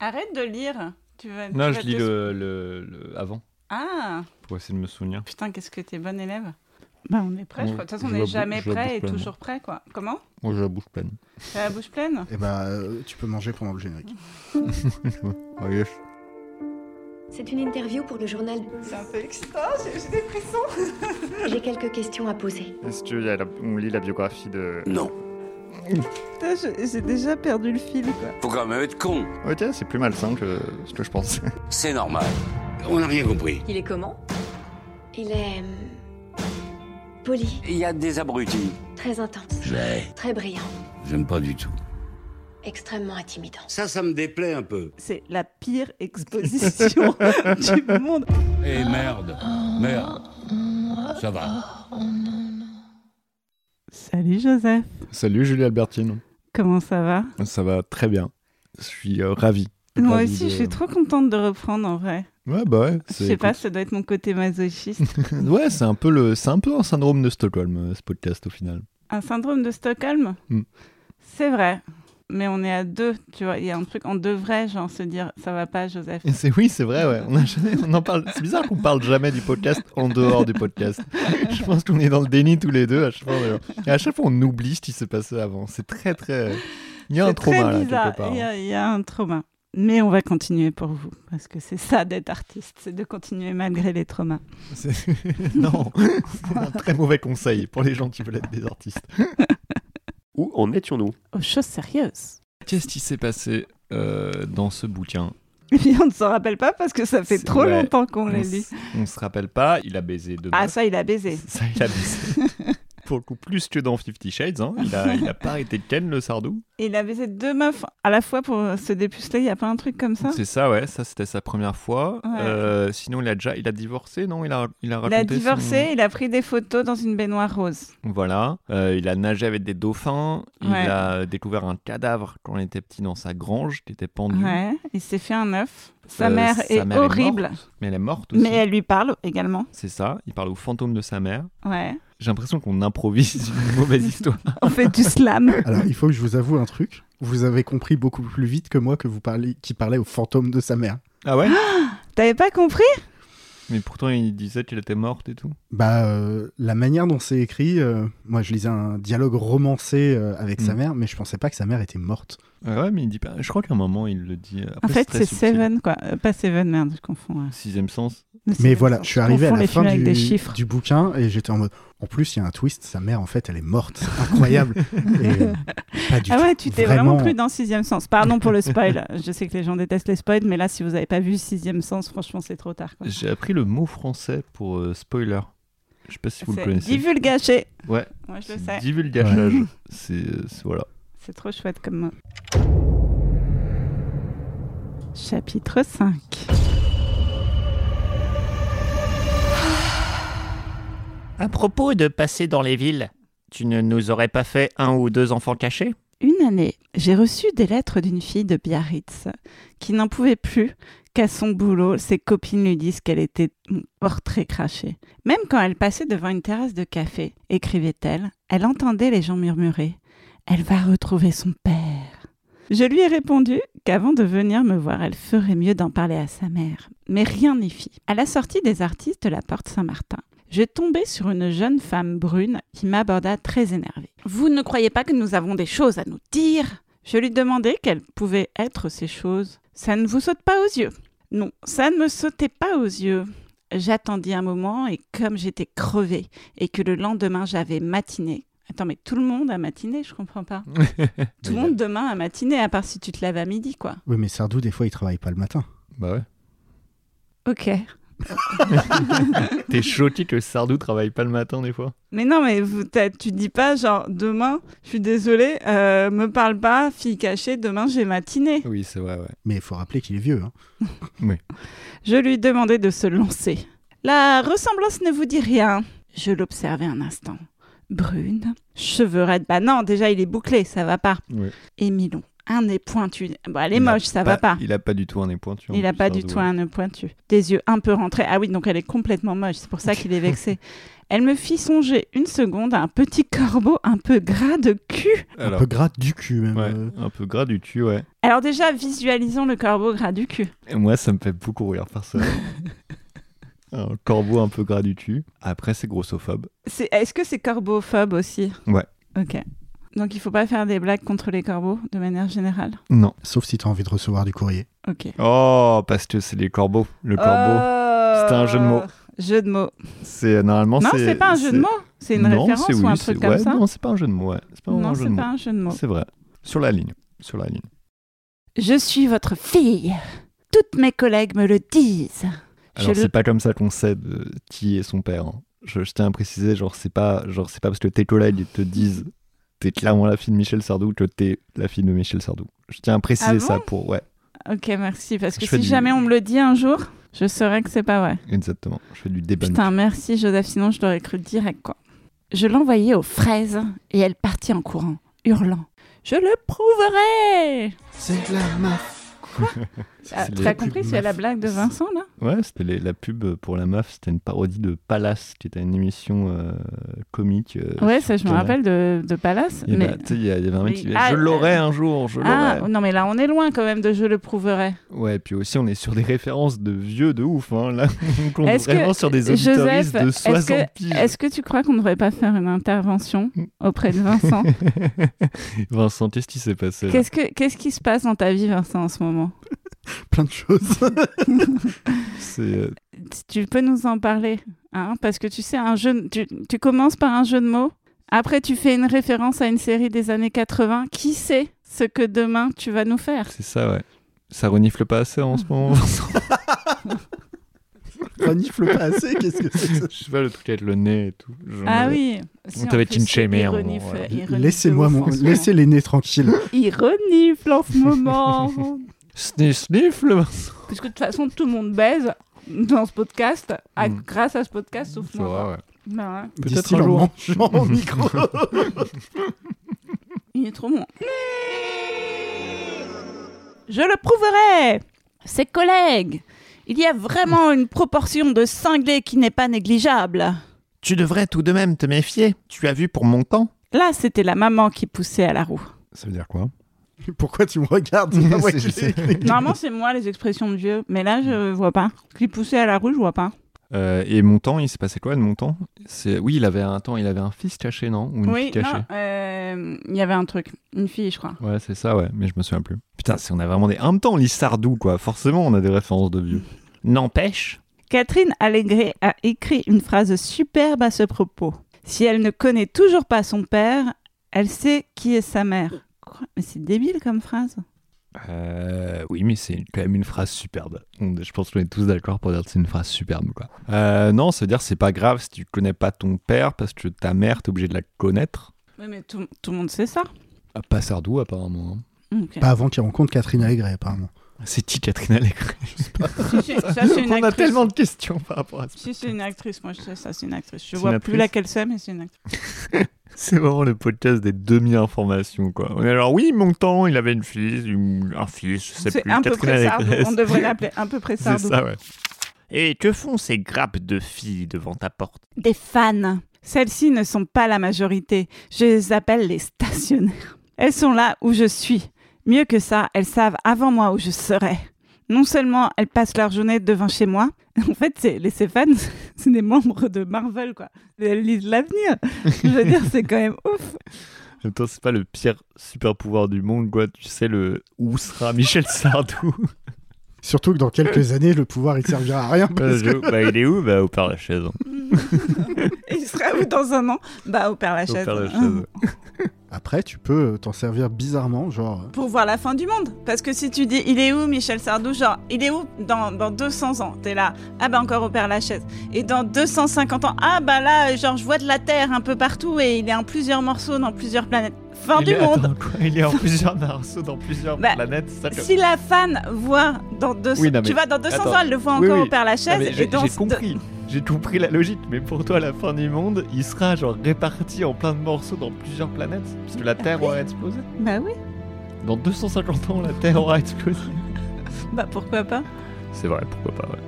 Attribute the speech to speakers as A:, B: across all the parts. A: Arrête de lire. Tu vas, tu
B: Non,
A: vas
B: je
A: te-
B: lis le, le- le avant
A: Ah
B: pour essayer de me souvenir.
A: Putain, qu'est-ce que t'es bonne élève. Bah, on est prêt, je
B: Ouais,
A: crois. De toute façon, on
B: je la
A: n'est
B: bou-
A: jamais
B: je la
A: prêt
B: bouche
A: et
B: pleine.
A: toujours prêt, quoi. Comment
B: Moi, j'ai la bouche pleine.
A: T'as la bouche pleine
C: Eh ben, euh, tu peux manger pendant le générique.
B: Oh, yes.
D: C'est une interview pour le journal.
A: C'est un peu excitant, j'ai des frissons.
D: J'ai quelques questions à poser.
E: Est-ce qu'on lit la biographie de...
F: Non.
A: Ah, J'ai déjà perdu le fil, quoi.
F: Faut quand même être con.
E: Ok, c'est plus malsain que ce que je pense.
F: C'est normal. On n'a rien compris.
G: Il est comment
D: Il est. hum, poli,
F: Il y a des abrutis.
D: très intense,
F: J'ai.
D: très brillant,
F: J'aime pas du tout.
D: extrêmement intimidant.
F: Ça, ça me déplaît un peu.
A: C'est la pire exposition du monde.
F: Eh merde. Merde. Ça va.
A: Salut Joseph,
B: Salut Julie Albertine.
A: comment ça va
B: Ça va très bien. Je suis euh, ravi.
A: Moi
B: Ravi
A: aussi,
B: de-
A: je suis trop contente de reprendre en vrai.
B: Ouais, bah ouais.
A: Je
B: c'est-
A: sais pas, ça doit être mon côté masochiste.
B: Ouais, c'est un peu le, c'est un peu un syndrome de Stockholm euh, ce podcast au final.
A: un syndrome de Stockholm
B: Hmm.
A: C'est vrai. Mais on est à deux, tu vois. Il y a un truc, on devrait genre se dire, ça va pas, Joseph.
B: Et c'est oui, c'est vrai. Ouais. On, a jamais- on en parle. C'est bizarre qu'on parle jamais du podcast en dehors du podcast. Je pense qu'on est dans le déni tous les deux à chaque fois. d'ailleurs. Et à chaque fois, on oublie ce qui s'est passé avant. C'est très très. Il y a un
A: C'est
B: trauma
A: très
B: là
A: bizarre.
B: quelque part. hein.
A: Il y, a, il y a un trauma. Mais on va continuer pour vous, parce que c'est ça d'être artiste, c'est de continuer malgré les traumas.
B: C'est- non, c'est un très mauvais conseil pour les gens qui veulent être des artistes.
H: Où en étions-nous
A: Aux choses sérieuses.
B: Qu'est-ce qui s'est passé euh, dans ce bouquin
A: Et puis on ne s'en rappelle pas parce que ça fait
B: C'est-
A: trop
B: ouais.
A: longtemps qu'on
B: On
A: les lit.
B: s- on se rappelle pas, il a baisé deux
A: Ah
B: meufs.
A: ça, il a baisé.
B: Ça, il a baisé. pour le coup, plus que dans Fifty Shades, hein. il, a, il a pas arrêté de ken le sardou.
A: Il a baisé deux meufs à la fois pour se dépuceler, il n'y a pas un truc comme ça
B: C'est ça, ouais, ça c'était sa première fois.
A: Ouais.
B: Euh, sinon, il a déjà il a divorcé, non il a, il
A: Il
B: a
A: a
B: raconté son-
A: divorcé, il a pris des photos dans une baignoire rose.
B: Voilà, Euh, il a nagé avec des dauphins, il
A: Ouais.
B: a découvert un cadavre quand il était petit dans sa grange qui était pendu.
A: Ouais, il s'est fait un œuf. Sa
B: Euh,
A: mère est
B: mère
A: horrible,
B: morte, mais elle est morte aussi.
A: mais elle lui parle également.
B: C'est ça, il parle au fantôme de sa mère.
A: Ouais.
B: J'ai l'impression qu'on improvise une mauvaise histoire.
A: On fait du slam.
C: Alors, il faut que je vous avoue un truc. Vous avez compris beaucoup plus vite que moi que vous parlez, qui parlait au fantôme de sa mère.
B: Ah ouais
A: T'avais pas compris
B: Mais pourtant, il disait qu'elle était morte et tout.
C: Bah, euh, la manière dont c'est écrit, euh, moi je lisais un dialogue romancé euh, avec sa
B: Mm.
C: mère, mais je pensais pas que sa mère était morte.
B: Ah Ouais, ouais, mais il dit pas. Je crois qu'à un moment, il le dit. Après,
A: En fait,
B: très
A: c'est
B: subtil.
A: Seven, quoi. Euh, Pas Seven, merde, je confonds. ouais.
B: Sixième sens.
A: Le
C: Mais
A: Seven,
C: voilà,
A: ça.
C: je suis arrivé à
A: confonds
C: la
A: les
C: fin
A: films avec
C: du,
A: des chiffres.
C: du bouquin et j'étais en mode. En plus, il y a un twist, sa mère en fait, elle est morte. Incroyable. Et, euh, pas du
A: Ah
C: tout.
A: ouais, tu t'es vraiment plus dans Sixième Sens. Pardon pour le spoil. Je sais que les gens détestent les spoils, mais là, si vous avez pas vu Sixième Sens, franchement, c'est trop tard. quoi.
B: J'ai appris le mot français pour euh, spoiler. Je sais pas si vous le
A: C'est
B: connaissez.
A: divulgaché.
B: Ouais.
A: Moi, je le
B: C'est
A: sais.
B: Divulgachage. C'est euh, c'est- voilà.
A: C'est trop chouette comme euh, mot. Chapitre 5
I: À propos de passer dans les villes, tu ne nous aurais pas fait un ou deux enfants cachés
A: Une année, j'ai reçu des lettres d'une fille de Biarritz qui n'en pouvait plus qu'à son boulot, ses copines lui disent qu'elle était mon portrait craché. Même quand elle passait devant une terrasse de café, écrivait-elle, elle entendait les gens murmurer Elle va retrouver son père. Je lui ai répondu qu'avant de venir me voir, elle ferait mieux d'en parler à sa mère. Mais rien n'y fit. À la sortie des artistes de la Porte Saint-Martin, je tombais sur une jeune femme brune qui m'aborda très énervée. Vous ne croyez pas que nous avons des choses à nous dire Je lui demandai quelles pouvaient être ces choses. Ça ne vous saute pas aux yeux Non, ça ne me sautait pas aux yeux. J'attendis un moment et comme j'étais crevée et que le lendemain j'avais matiné. Attends, mais tout le monde a matiné, je comprends pas. Tout le monde demain a matiné, à part si tu te laves à midi, quoi.
C: Oui, mais Sardou, des fois, il travaille pas le matin.
B: Bah ouais.
A: Ok.
B: T'es choqué que Sardou travaille pas le matin des fois
A: Mais non, mais vous, t'as- tu dis pas genre demain, je suis désolée, euh, me parle pas, fille cachée, demain j'ai matiné.
B: Oui, c'est vrai, ouais.
C: Mais il faut rappeler qu'il est vieux. hein.
A: Je lui demandai de se lancer. La ressemblance ne vous dit rien. Je l'observai un instant. Brune, cheveux raides. Bah non, déjà il est bouclé, ça va pas.
B: Ouais.
A: Et mi-long. Un nez pointu. Bon, elle est
B: Il a
A: moche, ça va pas.
B: Bah, Il a pas du tout un nez pointu. en
A: Il n'a
B: plus,
A: pas
B: ça
A: du
B: se
A: tout
B: voit.
A: un nœud pointu. Des yeux un peu rentrés. Ah oui, donc elle est complètement moche. C'est pour ça qu'il est vexé. Elle me fit songer une seconde à un petit corbeau un peu gras de cul.
B: Alors,
C: Un peu gratte du cul, même. euh.
B: ouais, un peu gras du cul, ouais.
A: Alors déjà, visualisons le corbeau gras du cul.
B: Et moi, ça me fait beaucoup rire par ça. un corbeau un peu gras du cul. Après, c'est grossophobe.
A: C'est- Est-ce que c'est corbeauphobe aussi
B: Ouais.
A: Ok. Donc il faut pas faire des blagues contre les corbeaux de manière générale.
B: Non.
C: Sauf si t'as envie de recevoir du courrier.
A: Ok.
B: Oh, parce que c'est les corbeaux.
A: Euh,
B: Le corbeau.
A: Oh
B: C'est un jeu de mots.
A: Jeu de mots.
B: C'est normalement.
A: non, c'est pas un jeu de
B: c'est-
A: mots. C'est une
B: Non,
A: référence
B: c'est
A: ou
B: oui,
A: un
B: c'est-
A: truc comme
B: ouais,
A: ça
B: Non, c'est pas un jeu de mots. ouais. C'est pas vraiment
A: Non,
B: un jeu
A: c'est
B: de
A: pas
B: mots.
A: un jeu de mots.
B: C'est vrai. Sur la ligne. Sur la ligne.
A: Je suis votre fille. Toutes mes collègues me le disent. Je
B: Alors,
A: le-
B: c'est pas comme ça qu'on sait de qui est son père. hein. Je, je tiens à préciser, genre, c'est pas, genre, c'est pas parce que tes collègues ils te disent t'es clairement la fille de Michel Sardou que t'es la fille de Michel Sardou. Je tiens à préciser
A: Ah bon
B: ça pour. Ouais,
A: Ok, merci. Parce que
B: Je fais
A: si
B: du-
A: jamais on me le dit un jour, je saurais que c'est pas vrai.
B: exactement. Je fais du débat.
A: Putain, merci Joseph, sinon je l'aurais cru direct, quoi. Je l'envoyai aux fraises et elle partit en courant, hurlant. Je le prouverai
C: C'est de la maf.
A: Ah,
B: C'est
A: T'as
B: les
A: compris
B: pubs
A: c'est la
B: meufs.
A: blague de Vincent, là
B: Ouais, c'était les- la pub pour la meuf, c'était une parodie de Palace, qui était une émission euh, comique. euh,
A: Ouais,
B: sur
A: ça je me
B: Canal.
A: rappelle de, de Palace.
B: Il y
A: mais...
B: avait- tu sais, il y a- il y avait un mec qui
A: Mais-
B: disait Je
A: ah,
B: l'aurai un jour, je
A: Ah,
B: l'aurai.
A: non, mais là on est loin quand même de je le prouverai.
B: Ouais, puis aussi, on est sur des références de vieux de ouf. Hein. Là, on compte
A: Est-ce que-
B: vraiment sur des auditoristes
A: Joseph,
B: de
A: est-ce que-
B: 60 piges.
A: Est-ce que tu crois qu'on ne devrait pas faire une intervention auprès de Vincent
B: Vincent, qu'est-ce qui s'est passé là
A: Qu'est-ce que- qu'est-ce qui se passe dans ta vie, Vincent, en ce moment
C: Plein de choses.
B: C'est, euh,
A: tu peux nous en parler, hein, parce que tu sais, un jeu, tu, tu commences par un jeu de mots, après tu fais une référence à une série des années 80. Qui sait ce que demain tu vas nous faire
B: c'est ça, ouais. Ça renifle pas assez en ce moment. Vincent
C: Renifle pas assez, qu'est-ce que c'est que ça
B: Je sais pas, le truc avec le nez et tout. Genre,
A: Ah
B: euh,
A: oui.
B: on t'avait
A: plus, c'est-
B: chinchemé
A: il
B: à un moment,
A: renifle,
B: voilà.
A: il renifle
C: Laissez-moi
A: de
C: mon...
A: ouf en ce
C: Laissez les nez tranquilles.
A: moment. Il renifle en ce moment.
B: Sniff, sniff, le Vincent.
A: parce que de toute façon, tout le monde baise dans ce podcast, à-
B: Mm.
A: grâce à ce podcast, sauf
B: C'est
A: moi.
B: vrai, ouais.
A: Ben ouais.
B: Peut-être
C: D'ici
B: un
C: leur
B: jour.
C: manchement au micro.
A: Il est trop bon. Je le prouverai Ses collègues Il y a vraiment une proportion de cinglés qui n'est pas négligeable.
I: Tu devrais tout de même te méfier. Tu as vu pour mon camp
A: Là, c'était la maman qui poussait à la roue.
B: Ça veut dire quoi
C: Pourquoi tu me regardes C'est pas moi
B: C'est-
C: qui l'ai écrit.
A: Normalement, c'est moi les expressions de vieux, mais là, je vois pas. Qui poussait à la roue, je vois pas.
B: Euh, Et mon temps, il s'est passé quoi de mon temps C'est... Oui, il avait un temps, il avait un fils caché, non Ou une
A: oui,
B: fille cachée
A: non, euh, il y avait un truc. Une fille, je crois.
B: Ouais, c'est ça, ouais, mais je me souviens plus. Putain, si on a vraiment des. En même temps, on lit Sardou, quoi. Forcément, on a des références de vieux.
I: N'empêche,
A: Catherine Allégret a écrit une phrase superbe à ce propos. Si elle ne connaît toujours pas son père, elle sait qui est sa mère. Quoi Mais c'est débile comme phrase.
B: Euh, oui, mais c'est quand même une phrase superbe. On- je pense qu'on est tous d'accord pour dire que c'est une phrase superbe, quoi. Euh, non, ça veut dire c'est pas grave si tu connais pas ton père parce que ta mère, t'es obligé de la connaître.
A: Oui, mais tout, tout le monde sait ça.
B: Ah, pas Sardou, apparemment. hein.
A: Ok.
C: Pas avant qu'il rencontre Catherine Allégret, apparemment.
B: C'est qui Catherine Allégret
A: Si, si, ça, Ah, c'est une
B: On a
A: actrice.
B: tellement de questions par rapport à ça.
A: Si, c'est une actrice, moi je sais ça, c'est une actrice. Je
B: C'est
A: vois
B: une
A: plus
B: actrice
A: laquelle c'est, mais c'est une actrice.
B: C'est vraiment le podcast des demi-informations, quoi. On est alors, oui, mon temps, il avait une fille, une- un fils, je sais
A: C'est
B: plus.
A: un peu
B: Catherine
A: près Sardou.
B: Allégret.
A: On devrait l'appeler un peu près
B: C'est
A: Sardou.
B: ça, ouais.
I: Et que font ces grappes de filles devant ta porte
A: Des fans. Celles-ci ne sont pas la majorité. Je les appelle les stationnaires. Elles sont là où je suis. Mieux que ça, elles savent avant moi où je serai. Non seulement elles passent leur journée devant chez moi, en fait, c'est les ces fans, c'est des membres de Marvel, quoi. Elles lisent l'avenir. Je veux dire, c'est quand même ouf.
B: En même temps, c'est pas le pire super pouvoir du monde, quoi. Tu sais le où sera Michel Sardou.
C: Surtout que dans quelques années, le pouvoir, il servira à rien.
B: Bah,
C: Parce que...
B: je- bah, il est où Bah, au Père Lachaise. hein.
A: Mm. Il sera où dans un an Bah, au Père
B: Au
A: Lachaise.
B: Père Lachaise.
C: Après, tu peux euh, t'en servir bizarrement, genre... euh,
A: Pour voir la fin du monde. Parce que si tu dis, il est où Michel Sardou Genre, il est où dans, dans 200 ans T'es là, ah bah encore au Père Lachaise. Et dans 250 ans, ah bah là, genre, je vois de la Terre un peu partout et il est en plusieurs morceaux dans plusieurs planètes. Fin
B: Il
A: du
B: est-
A: monde
B: attends, quoi Il est en plusieurs morceaux dans plusieurs
A: Bah,
B: planètes. c'est ça que-
A: Si la fan voit dans 200
B: Oui, non, mais-
A: tu vois, dans 200
B: attends.
A: ans, elle le voit
B: Oui,
A: encore
B: oui.
A: au Père
B: Non,
A: Lachaise
B: mais
A: et
B: j'ai
A: dans
B: j'ai compris. J'ai compris la logique. Mais pour toi, la fin du monde, il
A: Ah
B: sera genre réparti en plein de morceaux dans plusieurs planètes. Parce que la Terre aurait explosé.
A: Bah oui.
B: Dans 250 ans, la Terre aura explosé.
A: Bah pourquoi pas
B: C'est vrai, pourquoi pas, ouais.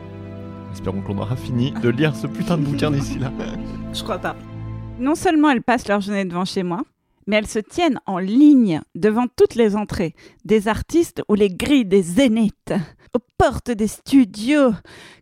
B: Espérons qu'on aura fini de lire ce putain de bouquin d'ici là.
A: Je crois pas. Non seulement elles passent leur journée devant chez moi, mais elles se tiennent en ligne devant toutes les entrées des artistes ou les grilles des zéniths, aux portes des studios,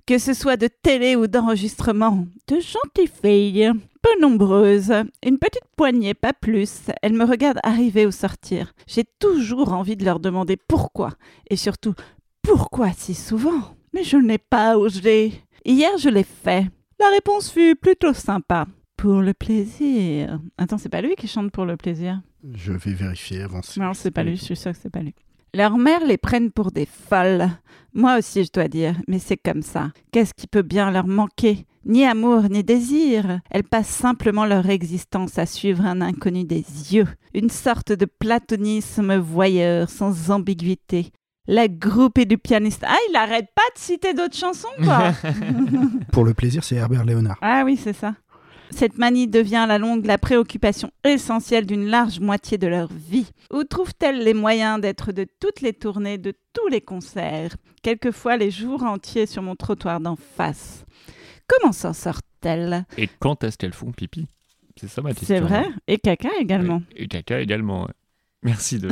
A: que ce soit de télé ou d'enregistrement. De gentilles filles, peu nombreuses, une petite poignée, pas plus. Elles me regardent arriver ou sortir. J'ai toujours envie de leur demander pourquoi, et surtout pourquoi si souvent. Mais je n'ai pas osé. Hier, je l'ai fait. La réponse fut plutôt sympa. Pour le plaisir. Attends, c'est pas lui qui chante pour le plaisir.
C: Je vais vérifier avant. si-
A: Non, c'est pas lui, je suis sûre que c'est pas lui. Leurs mères les prennent pour des folles. Moi aussi, je dois dire, mais c'est comme ça. Qu'est-ce qui peut bien leur manquer Ni amour, ni désir. Elles passent simplement leur existence à suivre un inconnu des yeux. Une sorte de platonisme voyeur, sans ambiguïté. La groupe et du pianiste. Ah, il arrête pas de citer d'autres chansons, quoi
C: Pour le plaisir, c'est Herbert Léonard.
A: Ah oui, c'est ça. Cette manie devient à la longue la préoccupation essentielle d'une large moitié de leur vie. Où trouvent-elles les moyens d'être de toutes les tournées, de tous les concerts, quelquefois les jours entiers sur mon trottoir d'en face Comment s'en sortent-elles
B: Et quand est-ce qu'elles font pipi C'est ça ma question. hein.
A: C'est vrai Et caca également.
B: Et, et caca également, ouais. Merci de...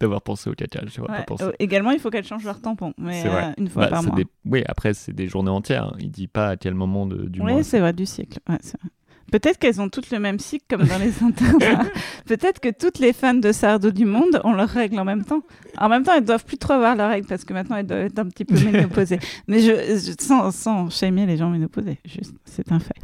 B: d'avoir pensé au caca, je
A: Ouais,
B: pas pensé.
A: euh, également, il faut qu'elles changent leur tampon, mais
B: C'est vrai.
A: euh, une fois
B: Bah,
A: par
B: c'est
A: mois.
B: des- Oui, après, c'est des journées entières. hein. Il dit pas à quel moment de- du mois.
A: Oui, c'est vrai, du cycle. Ouais, c'est vrai. Peut-être qu'elles ont toutes le même cycle comme dans les internats. Peut-être que toutes les femmes de Sardo du monde ont leurs règles en même temps. En même temps, elles doivent plus trop avoir leurs règles parce que maintenant elles doivent être un petit peu ménopausées. Mais je, je- sans, sans shamer les gens ménopausés, juste, c'est un fait.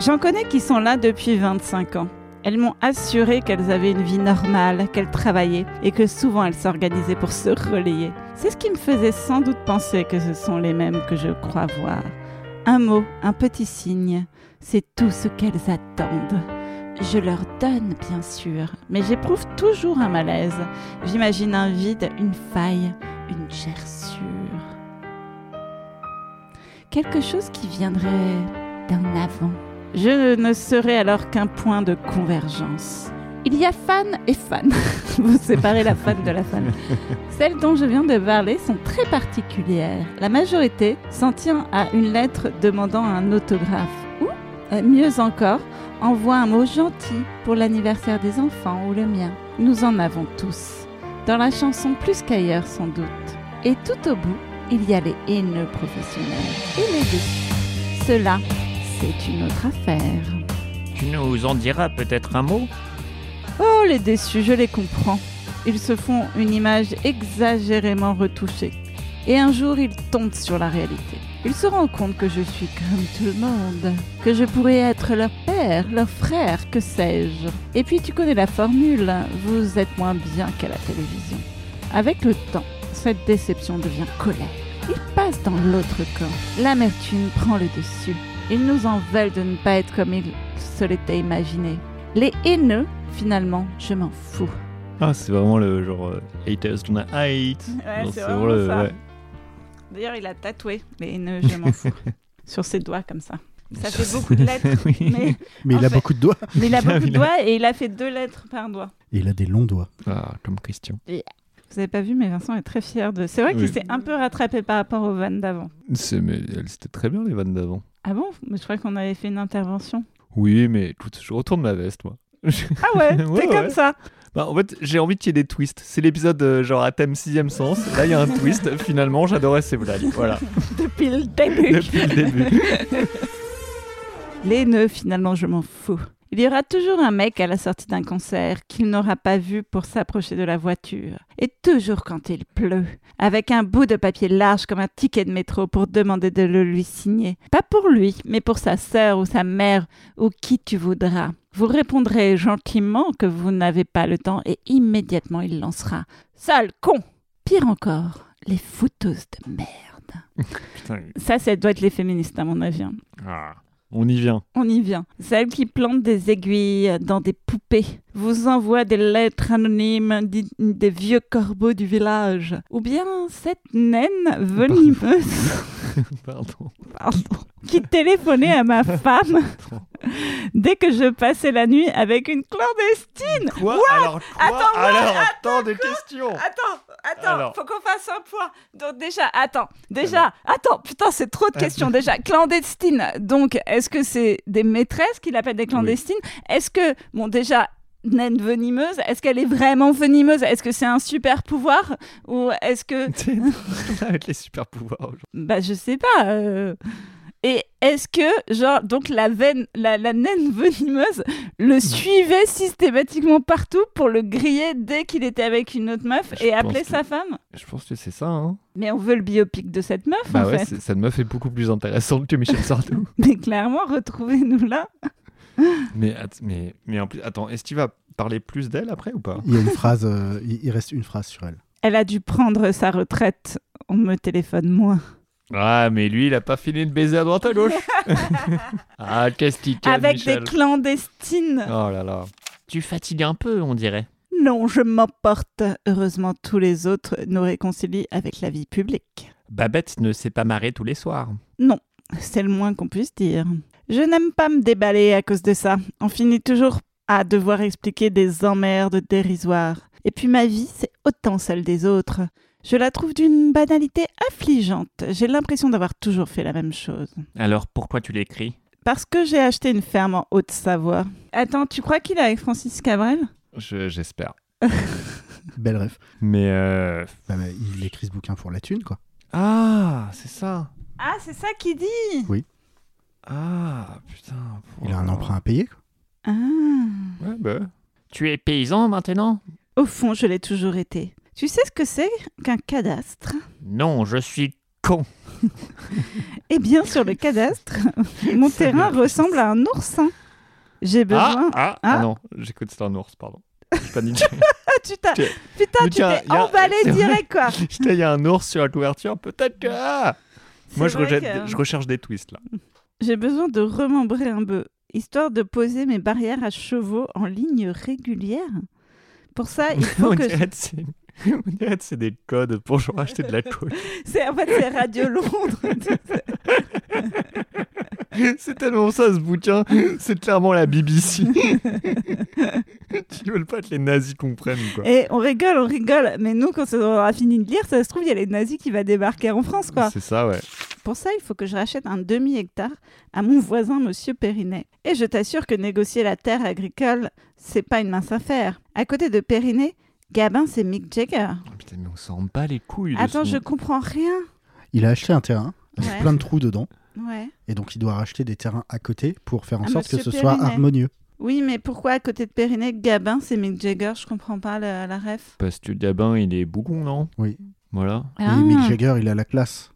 A: J'en connais qui sont là depuis 25 ans. Elles m'ont assuré qu'elles avaient une vie normale, qu'elles travaillaient et que souvent elles s'organisaient pour se relayer. C'est ce qui me faisait sans doute penser que ce sont les mêmes que je crois voir. Un mot, un petit signe, c'est tout ce qu'elles attendent. Je leur donne, bien sûr, mais j'éprouve toujours un malaise. J'imagine un vide, une faille, une gerçure. Quelque chose qui viendrait d'un avant. Je ne serais alors qu'un point de convergence. Il y a fan et fan. Vous séparez la fan de la fan. Celles dont je viens de parler sont très particulières. La majorité s'en tient à une lettre demandant un autographe ou, euh, mieux encore, envoie un mot gentil pour l'anniversaire des enfants ou le mien. Nous en avons tous. Dans la chanson plus qu'ailleurs sans doute. Et tout au bout, il y a les haineux professionnels et les deux. Cela, c'est une autre affaire.
I: Tu nous en diras peut-être un mot
A: Oh, les déçus, je les comprends. Ils se font une image exagérément retouchée. Et un jour, ils tombent sur la réalité. Ils se rendent compte que je suis comme tout le monde, que je pourrais être leur père, leur frère, que sais-je. Et puis tu connais la formule, vous êtes moins bien qu'à la télévision. Avec le temps, cette déception devient colère. Ils passent dans l'autre camp. L'amertume prend le dessus. Ils nous en veulent de ne pas être comme ils se l'étaient imaginé. Les haineux, finalement, je m'en fous.
B: Ah, c'est vraiment le genre euh, haters gonna hate.
A: Ouais,
B: Non,
A: c'est vraiment
B: le-
A: ça.
B: ouais.
A: D'ailleurs, il a tatoué les haineux, je m'en fous. Sur ses doigts, comme ça. Ça fait beaucoup de lettres,
B: Oui.
A: mais,
C: Mais
A: En
C: il a
A: fait-
C: beaucoup de doigts.
A: mais il a beaucoup de
B: Il a-
A: doigts et il a fait deux lettres par doigt.
C: Et il a des longs doigts.
B: Ah, comme Christian.
A: Vous avez pas vu, mais Vincent est très fier de. C'est vrai
B: Oui.
A: qu'il s'est un peu rattrapé par rapport aux vannes d'avant.
B: C'est, mais elles étaient très bien, les vannes d'avant.
A: Ah bon Mais je crois qu'on avait fait une intervention.
B: Oui, mais écoute, je retourne ma veste, moi.
A: Ah ouais, t'es
B: Ouais,
A: comme
B: ouais.
A: ça.
B: Bah, en fait, j'ai envie qu'il y ait des twists. C'est l'épisode euh, genre à thème sixième sens. Là, il y a un twist. Finalement, j'adorais ces blagues. Voilà,
A: Depuis le début.
B: depuis le début.
A: Les nœuds, finalement, je m'en fous. Il y aura toujours un mec à la sortie d'un concert qu'il n'aura pas vu pour s'approcher de la voiture. Et toujours quand il pleut, avec un bout de papier large comme un ticket de métro pour demander de le lui signer. Pas pour lui, mais pour sa sœur ou sa mère ou qui tu voudras. Vous répondrez gentiment que vous n'avez pas le temps et immédiatement il lancera Sale con Pire encore, les fouteuses de merde.
B: Putain.
A: Ça, ça doit être les féministes à mon avis. hein.
B: Ah. On y vient.
A: On y vient. Celle qui plante des aiguilles dans des poupées, vous envoie des lettres anonymes dignes des vieux corbeaux du village. Ou bien cette naine venimeuse,
B: Pardon.
A: pardon, qui téléphonait à ma femme dès que je passais la nuit avec une clandestine.
B: Quoi Alors, quoi
A: Attends, Ah. what
B: Alors, tant de questions.
A: Attends, attends,
B: Alors.
A: faut qu'on fasse un point. Donc déjà, attends, déjà, attends, putain, c'est trop de questions déjà. Clandestine, donc est-ce que c'est des maîtresses qu'il appelle des clandestines Est-ce que, bon déjà, naine venimeuse, est-ce qu'elle est vraiment venimeuse Est-ce que c'est un super pouvoir Ou est-ce que,
B: T'es avec les super pouvoirs aujourd'hui.
A: bah je sais pas. euh, Et est-ce que, genre, donc la, veine, la, la naine venimeuse le suivait systématiquement partout pour le griller dès qu'il était avec une autre meuf
B: Je
A: et
B: pense
A: appeler
B: que-
A: sa femme
B: Je pense que c'est ça, hein.
A: mais on veut le biopic de cette meuf, en
B: Bah ouais,
A: fait.
B: c'est- cette meuf est beaucoup plus intéressante que Michel Sardou.
A: Mais clairement, retrouvez-nous là.
B: mais, att- mais, mais en plus, attends, est-ce que tu vas parler plus d'elle après ou pas
C: Il y a une phrase, euh, il il reste une phrase sur elle.
A: Elle a dû prendre sa retraite. On me téléphone moins.
B: Ah, mais lui, il a pas fini de baiser à droite à gauche. ah, qu'est-ce qu'il cale,
A: Avec
B: Michel.
A: des clandestines.
B: Oh là là.
I: Tu fatigues un peu, on dirait.
A: Non, je m'emporte. Heureusement, tous les autres nous réconcilient avec la vie publique.
I: Babette ne s'est pas marrée tous les soirs.
A: C'est le moins qu'on puisse dire. Je n'aime pas me déballer à cause de ça. On finit toujours à devoir expliquer des emmerdes dérisoires. Et puis ma vie, c'est autant celle des autres. Je la trouve d'une banalité affligeante. J'ai l'impression d'avoir toujours fait la même chose.
I: Alors pourquoi tu l'écris
A: Parce que j'ai acheté une ferme en Haute-Savoie. Attends, tu crois qu'il est avec Francis Cabrel
B: Je- J'espère.
C: Belle ref.
B: mais. euh,
C: Bah, bah, il écrit ce bouquin pour la thune, quoi.
B: Ah, c'est ça.
A: Ah, c'est ça qu'il dit
B: Ah, putain.
C: Il a un emprunt à payer. quoi.
A: Ah.
B: Ouais, bah.
I: Tu es paysan maintenant
A: Au fond, je l'ai toujours été. Tu sais ce que c'est qu'un cadastre
I: Non, je suis con.
A: Eh bien, sur le cadastre, mon terrain ressemble à un oursin. J'ai besoin...
B: Ah, ah,
A: Ah.
B: ah non, j'écoute c'est un ours, pardon. J'ai paniqué.
A: Ah, tu t'as...
B: Tiens.
A: Putain,
B: Mais
A: tu
B: tiens,
A: t'es
B: y a-
A: emballé
B: c'est vrai.
A: direct, quoi
B: Putain, il y a un ours sur la couverture, peut-être que. ah
A: C'est
B: Moi, je,
A: vrai
B: rejette-
A: que-
B: je recherche des twists là.
A: J'ai besoin de remembrer un peu, histoire de poser mes barrières à chevaux en ligne régulière. Pour ça, il faut
B: on,
A: que... je-
B: dirait que c'est... on dirait que c'est des codes pour genre acheter de la coke.
A: C'est, en fait, c'est Radio Londres.
B: c'est tellement ça ce bouquin, c'est clairement la BBC. Ils veulent pas que les nazis comprennent quoi.
A: Et on rigole, on rigole. Mais nous, quand on aura fini de lire, ça se trouve, il y a les nazis qui va débarquer en France, quoi.
B: C'est ça, ouais.
A: Pour ça, il faut que je rachète un demi-hectare à mon voisin, Monsieur Périnet. Et je t'assure que négocier la terre agricole, c'est pas une mince affaire. À côté de Périnet, Gabin, c'est Mick Jagger.
B: Oh, putain, mais on s'en bat les couilles. de
A: Attends,
B: son-
A: je comprends rien.
C: Il a acheté un terrain avec
A: Ouais.
C: plein de trous dedans.
A: Ouais.
C: Et donc, il doit racheter des terrains à côté pour faire en
A: Ah,
C: sorte que
A: monsieur
C: ce soit
A: Périnet.
C: harmonieux.
A: Oui, mais pourquoi à côté de Périnet, Gabin, c'est Mick Jagger Je comprends pas la, la ref.
B: Parce que Gabin, il est bougon, non
C: Oui.
B: Voilà.
C: Et Mick Jagger, il a la classe.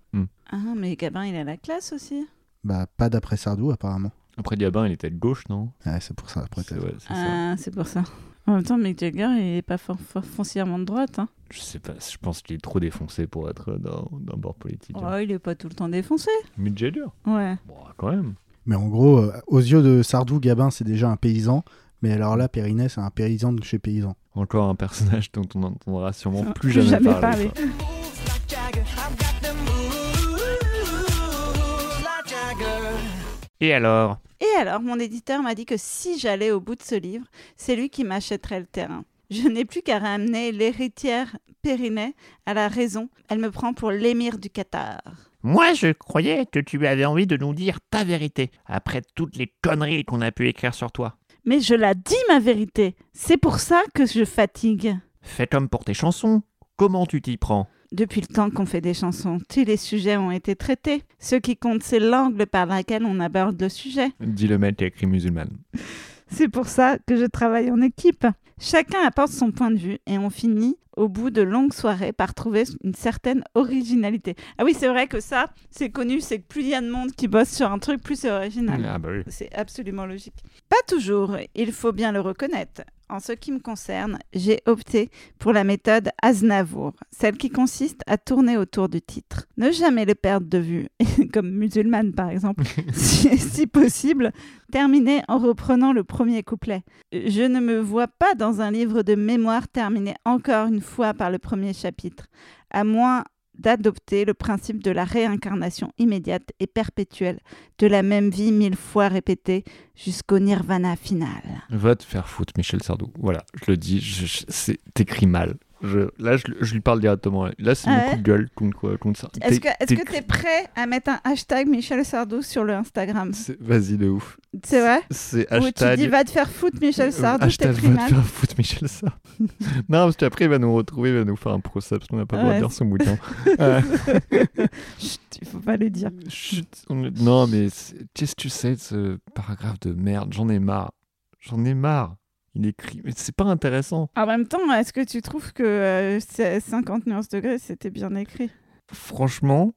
A: ah, mais Gabin, il a la classe aussi.
C: Bah, pas d'après Sardou, apparemment.
B: Après Gabin, il était de gauche, non
C: Ouais, c'est pour ça, après.
B: C'est- ouais, c'est ça.
A: Ah, c'est pour ça. En même temps, Mick Jagger, il est pas for- for- foncièrement de droite. Hein.
B: Je sais pas, je pense qu'il est trop défoncé pour être dans, dans bord politique. hein.
A: Oh, il est pas tout le temps défoncé.
B: Mais Jagger
A: Ouais.
B: Bon, quand même.
C: Mais en gros, euh, aux yeux de Sardou, Gabin, c'est déjà un paysan. Mais alors là, Périnet, c'est un paysan de chez paysan.
B: Encore un personnage dont on n'entendra sûrement
A: Plus
B: plus jamais,
A: jamais
B: parler.
A: parler.
B: quoi.
I: Et alors
A: Et alors, mon éditeur m'a dit que si j'allais au bout de ce livre, c'est lui qui m'achèterait le terrain. Je n'ai plus qu'à ramener l'héritière Périnée à la raison. Elle me prend pour l'émir du Qatar.
I: Moi, je croyais que tu avais envie de nous dire ta vérité, après toutes les conneries qu'on a pu écrire sur toi.
A: Mais je la dis ma vérité. C'est pour ça que je fatigue.
I: Fais comme pour tes chansons. Comment tu t'y prends
A: Depuis le temps qu'on fait des chansons, tous les sujets ont été traités. Ce qui compte, c'est l'angle par lequel on aborde le sujet.
B: Dit le mec qui a écrit musulmane.
A: C'est pour ça que je travaille en équipe. Chacun apporte son point de vue et on finit au bout de longues soirées par trouver une certaine originalité. Ah oui, c'est vrai que ça, c'est connu, c'est que plus il y a de monde qui bosse sur un truc, plus c'est original.
B: Ah bah oui.
A: C'est absolument logique. Pas toujours, il faut bien le reconnaître. En ce qui me concerne, j'ai opté pour la méthode Aznavour, celle qui consiste à tourner autour du titre. Ne jamais le perdre de vue, comme musulmane par exemple, si, si possible, terminer en reprenant le premier couplet. Je ne me vois pas dans un livre de mémoire terminé encore une fois par le premier chapitre, à moins d'adopter le principe de la réincarnation immédiate et perpétuelle de la même vie mille fois répétée jusqu'au nirvana final.
B: Va te faire foutre, Michel Sardou. Voilà, je le dis, je- je- c'est- t'écris mal. Je, là, je, je lui parle directement. Là,
A: Ah
B: c'est mon
A: ouais
B: coup de gueule contre, quoi- contre ça.
A: Est-ce que
B: T'es-
A: est-ce que
B: t'écris-
A: t'es prêt à mettre un hashtag Michel Sardou sur le Instagram
B: C'est- Vas-y, de ouf.
A: C'est vrai
B: C'est
A: Ou tu
B: hashtag. euh,
A: dis va te faire foutre Michel Sardou, t'es
B: hashtag
A: pris
B: va te
A: mal.
B: faire foutre, Michel Sardou. non, parce qu'après, il va nous retrouver, il va nous faire un procès parce qu'on n'a pas le droit
A: Ouais.
B: de dire son bouquin. Euh,
A: Chut, il faut pas le dire.
B: Chut, on le- Non, mais c'est- qu'est-ce que tu sais de ce paragraphe de merde J'en ai marre. J'en ai marre. Il écrit. Mais c'est pas intéressant.
A: En même temps, est-ce que tu trouves que euh, c'est- 50 nuances degrés c'était bien écrit
B: Franchement,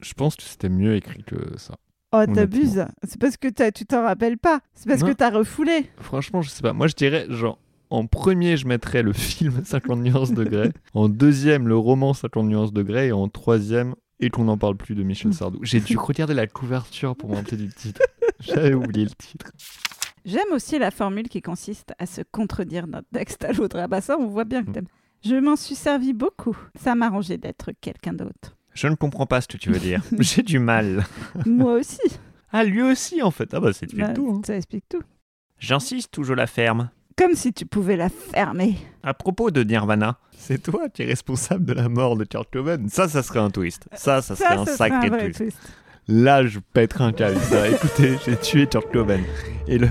B: je pense que c'était mieux écrit que ça.
A: Oh,
B: Honnêtement.
A: t'abuses. C'est parce que t'as- tu t'en rappelles pas. C'est parce
B: Non.
A: que t'as refoulé.
B: Franchement, je sais pas. Moi, je dirais, genre, en premier, je mettrais le film 50 nuances de Grey. En deuxième, le roman 50 nuances de Grey. Et en troisième, et qu'on n'en parle plus de Michel Sardou. J'ai dû regarder la couverture pour me rappeler du titre. J'avais oublié le titre.
A: J'aime aussi la formule qui consiste à se contredire d'un texte à l'autre. Ah bah ça, on voit bien
I: Hmm.
A: que t'aimes. Je m'en suis servi beaucoup. Ça m'arrangeait d'être quelqu'un d'autre.
I: Je ne comprends pas ce que tu veux dire. J'ai du mal.
A: Moi aussi.
I: Ah, lui aussi, en fait. Ah, bah, c'est du
A: Bah,
I: tout. hein.
A: Ça explique tout.
I: J'insiste ou je la ferme
A: Comme si tu pouvais la fermer.
I: À propos de Nirvana,
B: C'est toi qui es responsable de la mort de Kurt Cobain.
I: ça, ça serait un twist. Ça, ça serait un
A: ce serait
I: sacré
A: vrai
I: twist.
A: twist.
B: Là, je pèterai un câble. Ça, écoutez, j'ai tué Kurt Cobain. Et, le-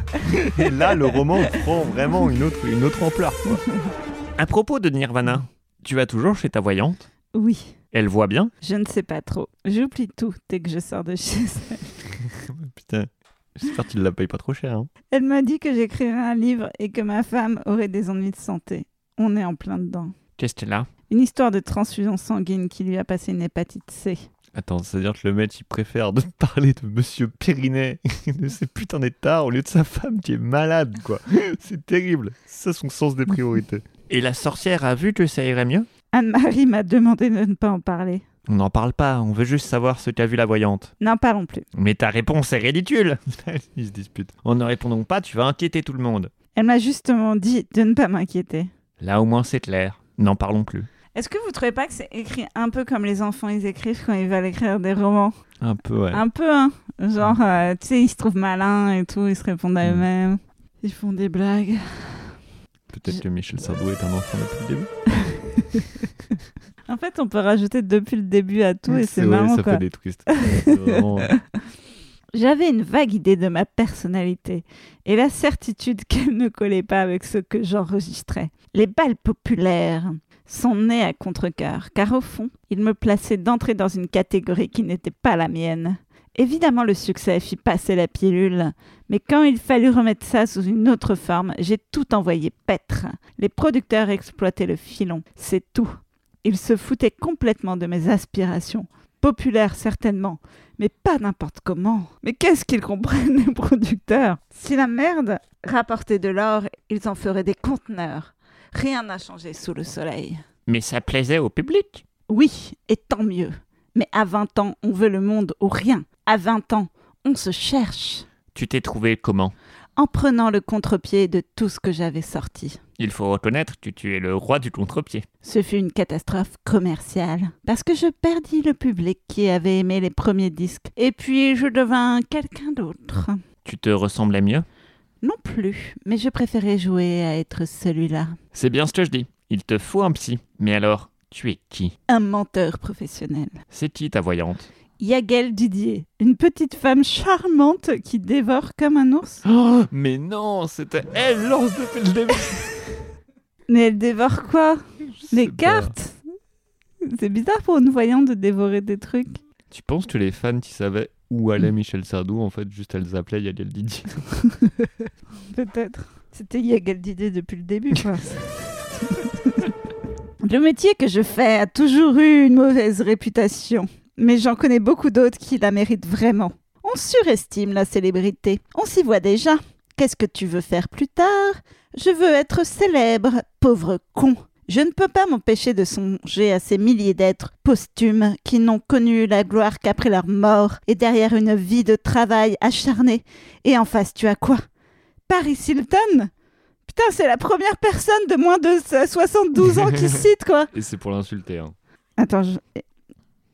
B: et là, le roman prend vraiment une autre, une autre ampleur. quoi.
I: À propos de Nirvana, tu vas toujours chez ta voyante
A: Oui,
I: Elle voit bien
A: je ne sais pas trop. J'oublie tout dès que je sors de chez elle.
B: Putain, j'espère qu'il la paye pas trop cher. hein.
A: Elle m'a dit que j'écrirais un livre et que ma femme aurait des ennuis de santé. On est en plein dedans.
I: Qu'est-ce qu'elle a
A: Une histoire de transfusion sanguine qui lui a passé une hépatite C.
B: Attends, c'est-à-dire que le mec, il préfère de parler de Monsieur Périnet, de ses putains d'états, au lieu de sa femme qui est malade, quoi. C'est terrible. C'est ça son sens des priorités.
I: Et la sorcière a vu que ça irait mieux
A: Anne-Marie m'a demandé de ne pas en parler.
I: On n'en parle pas, on veut juste savoir ce qu'a vu la voyante.
A: N'en parlons plus.
I: Mais ta réponse est ridicule
B: Ils se disputent.
I: En ne répondant pas, tu vas inquiéter tout le monde.
A: Elle m'a justement dit de ne pas m'inquiéter.
I: Là au moins c'est clair, n'en parlons plus.
A: Est-ce que vous trouvez pas que c'est écrit un peu comme les enfants ils écrivent quand ils veulent écrire des romans
B: Un peu, ouais.
A: Un peu, hein. Genre, euh, tu sais, ils se trouvent malins et tout, ils se répondent à
B: Mm.
A: eux-mêmes. Ils font des blagues.
B: Peut-être que Michel Sardou est un enfant depuis le début.
A: En fait, on peut rajouter depuis le début à tout et c'est
B: vrai,
A: marrant,
B: ça
A: quoi.
B: fait des twists. C'est vraiment-
A: J'avais une vague idée de ma personnalité et la certitude qu'elle ne collait pas avec ce que j'enregistrais. Les balles populaires sont nées à contre-cœur, car au fond, ils me plaçaient d'entrer dans une catégorie qui n'était pas la mienne. Évidemment, le succès fit passer la pilule, mais quand il fallut remettre ça sous une autre forme, j'ai tout envoyé paître. Les producteurs exploitaient le filon, c'est tout. Ils se foutaient complètement de mes aspirations, populaires certainement, mais pas n'importe comment. Mais qu'est-ce qu'ils comprennent, les producteurs Si la merde rapportait de l'or, ils en feraient des conteneurs. Rien n'a changé sous le soleil.
I: Mais ça plaisait au public
A: Oui, et tant mieux. Mais à 20 ans, on veut le monde ou rien. À 20 ans, on se cherche.
I: Tu t'es trouvé comment
A: En prenant le contre-pied de tout ce que j'avais sorti.
I: Il faut reconnaître que tu es le roi du contre-pied.
A: Ce fut une catastrophe commerciale, parce que je perdis le public qui avait aimé les premiers disques, et puis je devins quelqu'un d'autre.
I: Tu te ressemblais mieux
A: Non plus, mais je préférais jouer à être celui-là.
I: C'est bien ce que je dis. Il te faut un psy. Mais alors, tu es qui
A: un menteur professionnel.
I: C'est qui ta voyante
A: Yagel Didier, une petite femme charmante qui dévore comme un ours.
B: Oh, mais non, c'était elle, lance depuis le début.
A: Mais elle dévore quoi
B: Je sais
A: Des
B: pas.
A: cartes C'est bizarre pour une voyante de dévorer des trucs.
B: Tu penses que les fans qui savaient où allait Michel Sardou, en fait, juste elles appelaient Yadiel Didier
A: Peut-être. C'était Yagel Didier depuis le début, quoi. le métier que je fais a toujours eu une mauvaise réputation, mais j'en connais beaucoup d'autres qui la méritent vraiment. On surestime la célébrité. On s'y voit déjà. Qu'est-ce que tu veux faire plus tard Je veux être célèbre, pauvre con. Je ne peux pas m'empêcher de songer à ces milliers d'êtres posthumes qui n'ont connu la gloire qu'après leur mort et derrière une vie de travail acharné. Et en face, tu as quoi Paris Hilton Putain, c'est la première personne de moins de 72 ans qui cite, quoi
G: Et c'est pour l'insulter. hein.
A: Attends, je...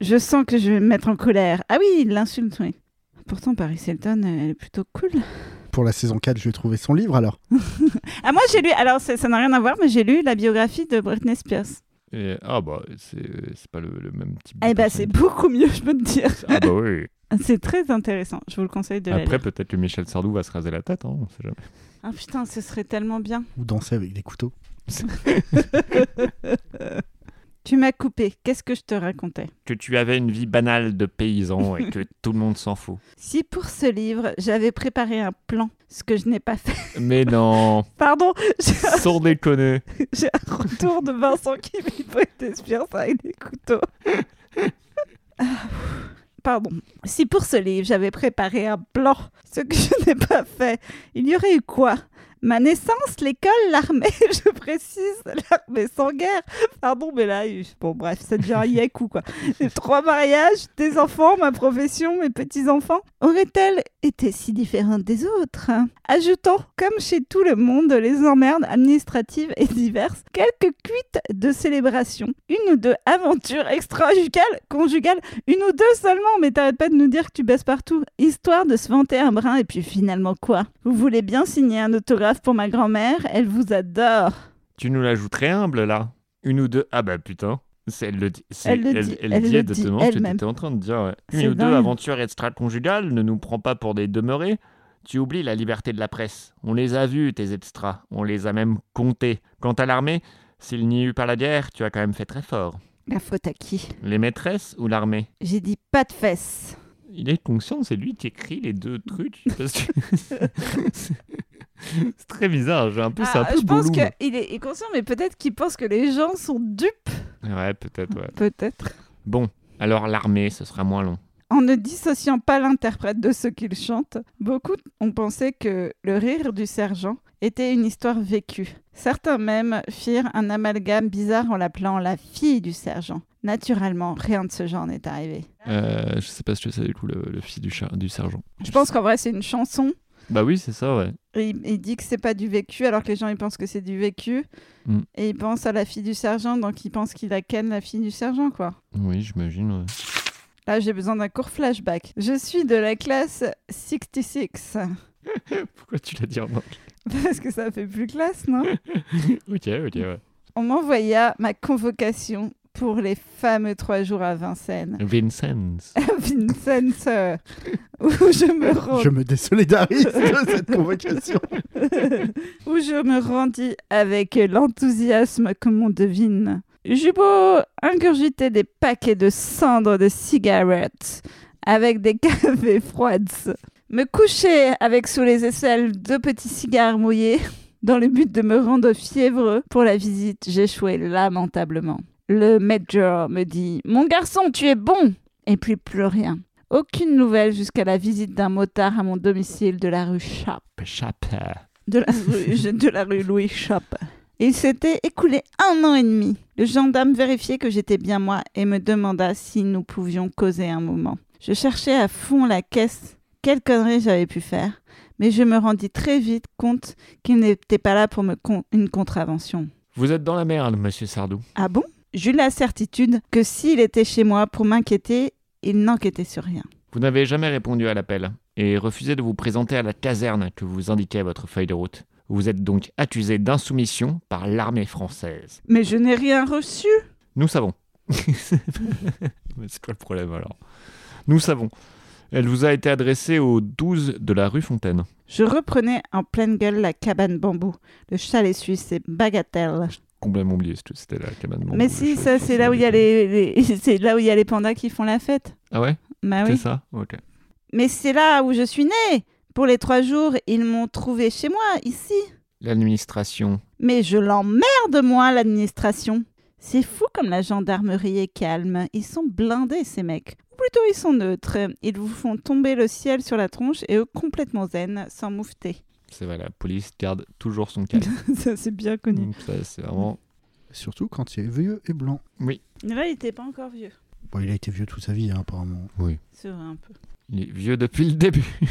A: je sens que je vais me mettre en colère. Ah oui, il l'insulte, oui. Pourtant, Paris Hilton, euh, elle est plutôt cool.
C: Pour la saison 4, je vais trouver son livre alors.
A: Ah, moi, j'ai lu, alors c'est- ça n'a rien à voir, mais j'ai lu la biographie de Britney Spears.
G: Et- ah bah, c'est c'est pas le, le même type. de
A: Eh ben,
G: personne.
A: c'est beaucoup mieux, je peux te dire.
G: Ah bah oui.
A: C'est très intéressant, je vous le conseille de la
G: Après,
A: lire.
G: peut-être que Michel Sardou va se raser la tête, hein, on sait jamais.
A: Ah putain, ce serait tellement bien.
C: Ou danser avec des couteaux.
A: Tu m'as coupé, qu'est-ce que je te racontais
I: Que tu avais une vie banale de paysan et que tout le monde s'en fout.
A: Si pour ce livre, j'avais préparé un plan, ce que je n'ai pas fait.
G: Mais non,
A: Pardon, j'ai un-
G: sans déconner.
A: j'ai un retour de Vincent qui met Britney Spears avec des couteaux. Ah, pff. Pardon. Si pour ce livre, j'avais préparé un plan, ce que je n'ai pas fait, il y aurait eu quoi Ma naissance, l'école, l'armée, je précise, l'armée sans guerre. Pardon, mais là, il- bon, bref, ça devient un yaku, quoi. Trois mariages, des enfants, ma profession, mes petits-enfants. Aurait-elle été si différente des autres Ajoutant, comme chez tout le monde, les emmerdes administratives et diverses, quelques cuites de célébration, une ou deux aventures extra-conjugales, conjugales, une ou deux seulement, mais t'arrêtes pas de nous dire que tu baisses partout, histoire de se vanter un brin, et puis finalement quoi Vous voulez bien signer un autographe pour ma grand-mère Elle vous adore
I: Tu nous la joues très humble là. Une ou deux. Ah bah putain. C'est- Elle le dit. c'est-
A: Elle le dit, elle le dit
I: exactement ce que
A: elle-même.
I: t'étais en train de dire. ouais.
A: C'est
I: Une ou
A: dingue.
I: deux aventures extra-conjugales ne nous prend pas pour des demeurés. Tu oublies la liberté de la presse. On les a vus, tes extras. On les a même comptés. Quant à l'armée, s'il n'y eut pas la guerre, tu as quand même fait très fort.
A: La faute à qui
I: Les maîtresses ou l'armée
A: J'ai dit pas de fesses.
I: Il est conscient, c'est lui qui écrit les deux trucs. parce que-
G: C'est très bizarre, j'ai un peu, c'est un peu
A: Ah, je pense
G: Bouloum.
A: qu'il est conscient, mais peut-être qu'il pense que les gens sont dupes.
G: Ouais, peut-être, ouais.
A: Peut-être.
I: Bon, alors l'armée, ce sera moins long.
A: En ne dissociant pas l'interprète de ce qu'il chante, beaucoup ont pensé que le rire du sergent était une histoire vécue. Certains même firent un amalgame bizarre en l'appelant la fille du sergent. Naturellement, rien de ce genre n'est arrivé.
G: Euh, je sais pas ce que c'est du coup, le, le fils du, char- du sergent.
A: Je pense qu'en vrai, c'est une chanson.
G: Bah oui, c'est ça, ouais.
A: Et il, il dit que c'est pas du vécu, alors que les gens ils pensent que c'est du vécu.
G: Mm.
A: Et il pense à la fille du sergent, donc il pense qu'il a ken la fille du sergent, quoi.
G: Oui, j'imagine, ouais.
A: Là, j'ai besoin d'un court flashback. Je suis de la classe 66.
G: Pourquoi tu l'as dit en anglais
A: Parce que ça fait plus classe, non
G: Ok, ok, ouais.
A: On m'envoya ma convocation pour les fameux trois jours à Vincennes.
G: Vincent.
A: À Vincennes, euh, où je me rends.
C: Je me désolidarise de cette convocation.
A: où je me rendis avec l'enthousiasme que m'on devine. J'eus beau ingurgiter des paquets de cendres de cigarettes avec des cafés froides, me coucher avec sous les aisselles deux petits cigares mouillés, dans le but de me rendre fiévreux pour la visite, j'échouai lamentablement. Le major me dit Mon garçon, tu es bon Et puis plus rien. Aucune nouvelle jusqu'à la visite d'un motard à mon domicile de la rue Sharp
I: Péchape.
A: de la rue, je- de la rue Louis Chape. Il s'était écoulé un an et demi. Le gendarme vérifiait que j'étais bien moi et me demanda si nous pouvions causer un moment. Je cherchais à fond la caisse. Quelle connerie j'avais pu faire. Mais je me rendis très vite compte qu'il n'était pas là pour me con- une contravention.
I: Vous êtes dans la merde, monsieur Sardou.
A: Ah bon J'eus la certitude que s'il était chez moi pour m'inquiéter, il n'enquêtait sur rien.
I: Vous n'avez jamais répondu à l'appel et refusez de vous présenter à la caserne que vous indiquait votre feuille de route. Vous êtes donc accusé d'insoumission par l'armée française.
A: Mais je n'ai rien reçu.
I: Nous savons.
G: Mais c'est quoi le problème alors Nous savons. Elle vous a été adressée au 12 de la rue Fontaine.
A: Je reprenais en pleine gueule la cabane bambou, le chalet suisse et bagatelle.
G: Complètement oublié ce que c'était la cabane. de bambou,
B: bah,
A: Mais
G: le
A: si,
G: chef,
A: ça c'est là où il y a les, les- c'est là où il y a les pandas qui font la fête.
G: Ah ouais
A: Bah
G: C'est
A: oui.
G: ça Ok.
A: Mais c'est là où je suis née. Pour les trois jours, ils m'ont trouvé chez moi, ici.
I: L'administration.
A: Mais je l'emmerde, moi, l'administration. C'est fou comme la gendarmerie est calme. Ils sont blindés, ces mecs. Ou plutôt, ils sont neutres. Ils vous font tomber le ciel sur la tronche et eux complètement zen, sans moufter.
B: C'est vrai, la police garde toujours son calme.
A: Ça, c'est bien connu.
B: Donc ça, c'est vraiment.
C: Surtout quand il est vieux et blanc.
A: Mais là, il n'était pas encore vieux.
C: Bon, il a été vieux toute sa vie, hein, apparemment.
A: C'est vrai, un peu.
B: Il est vieux depuis le début.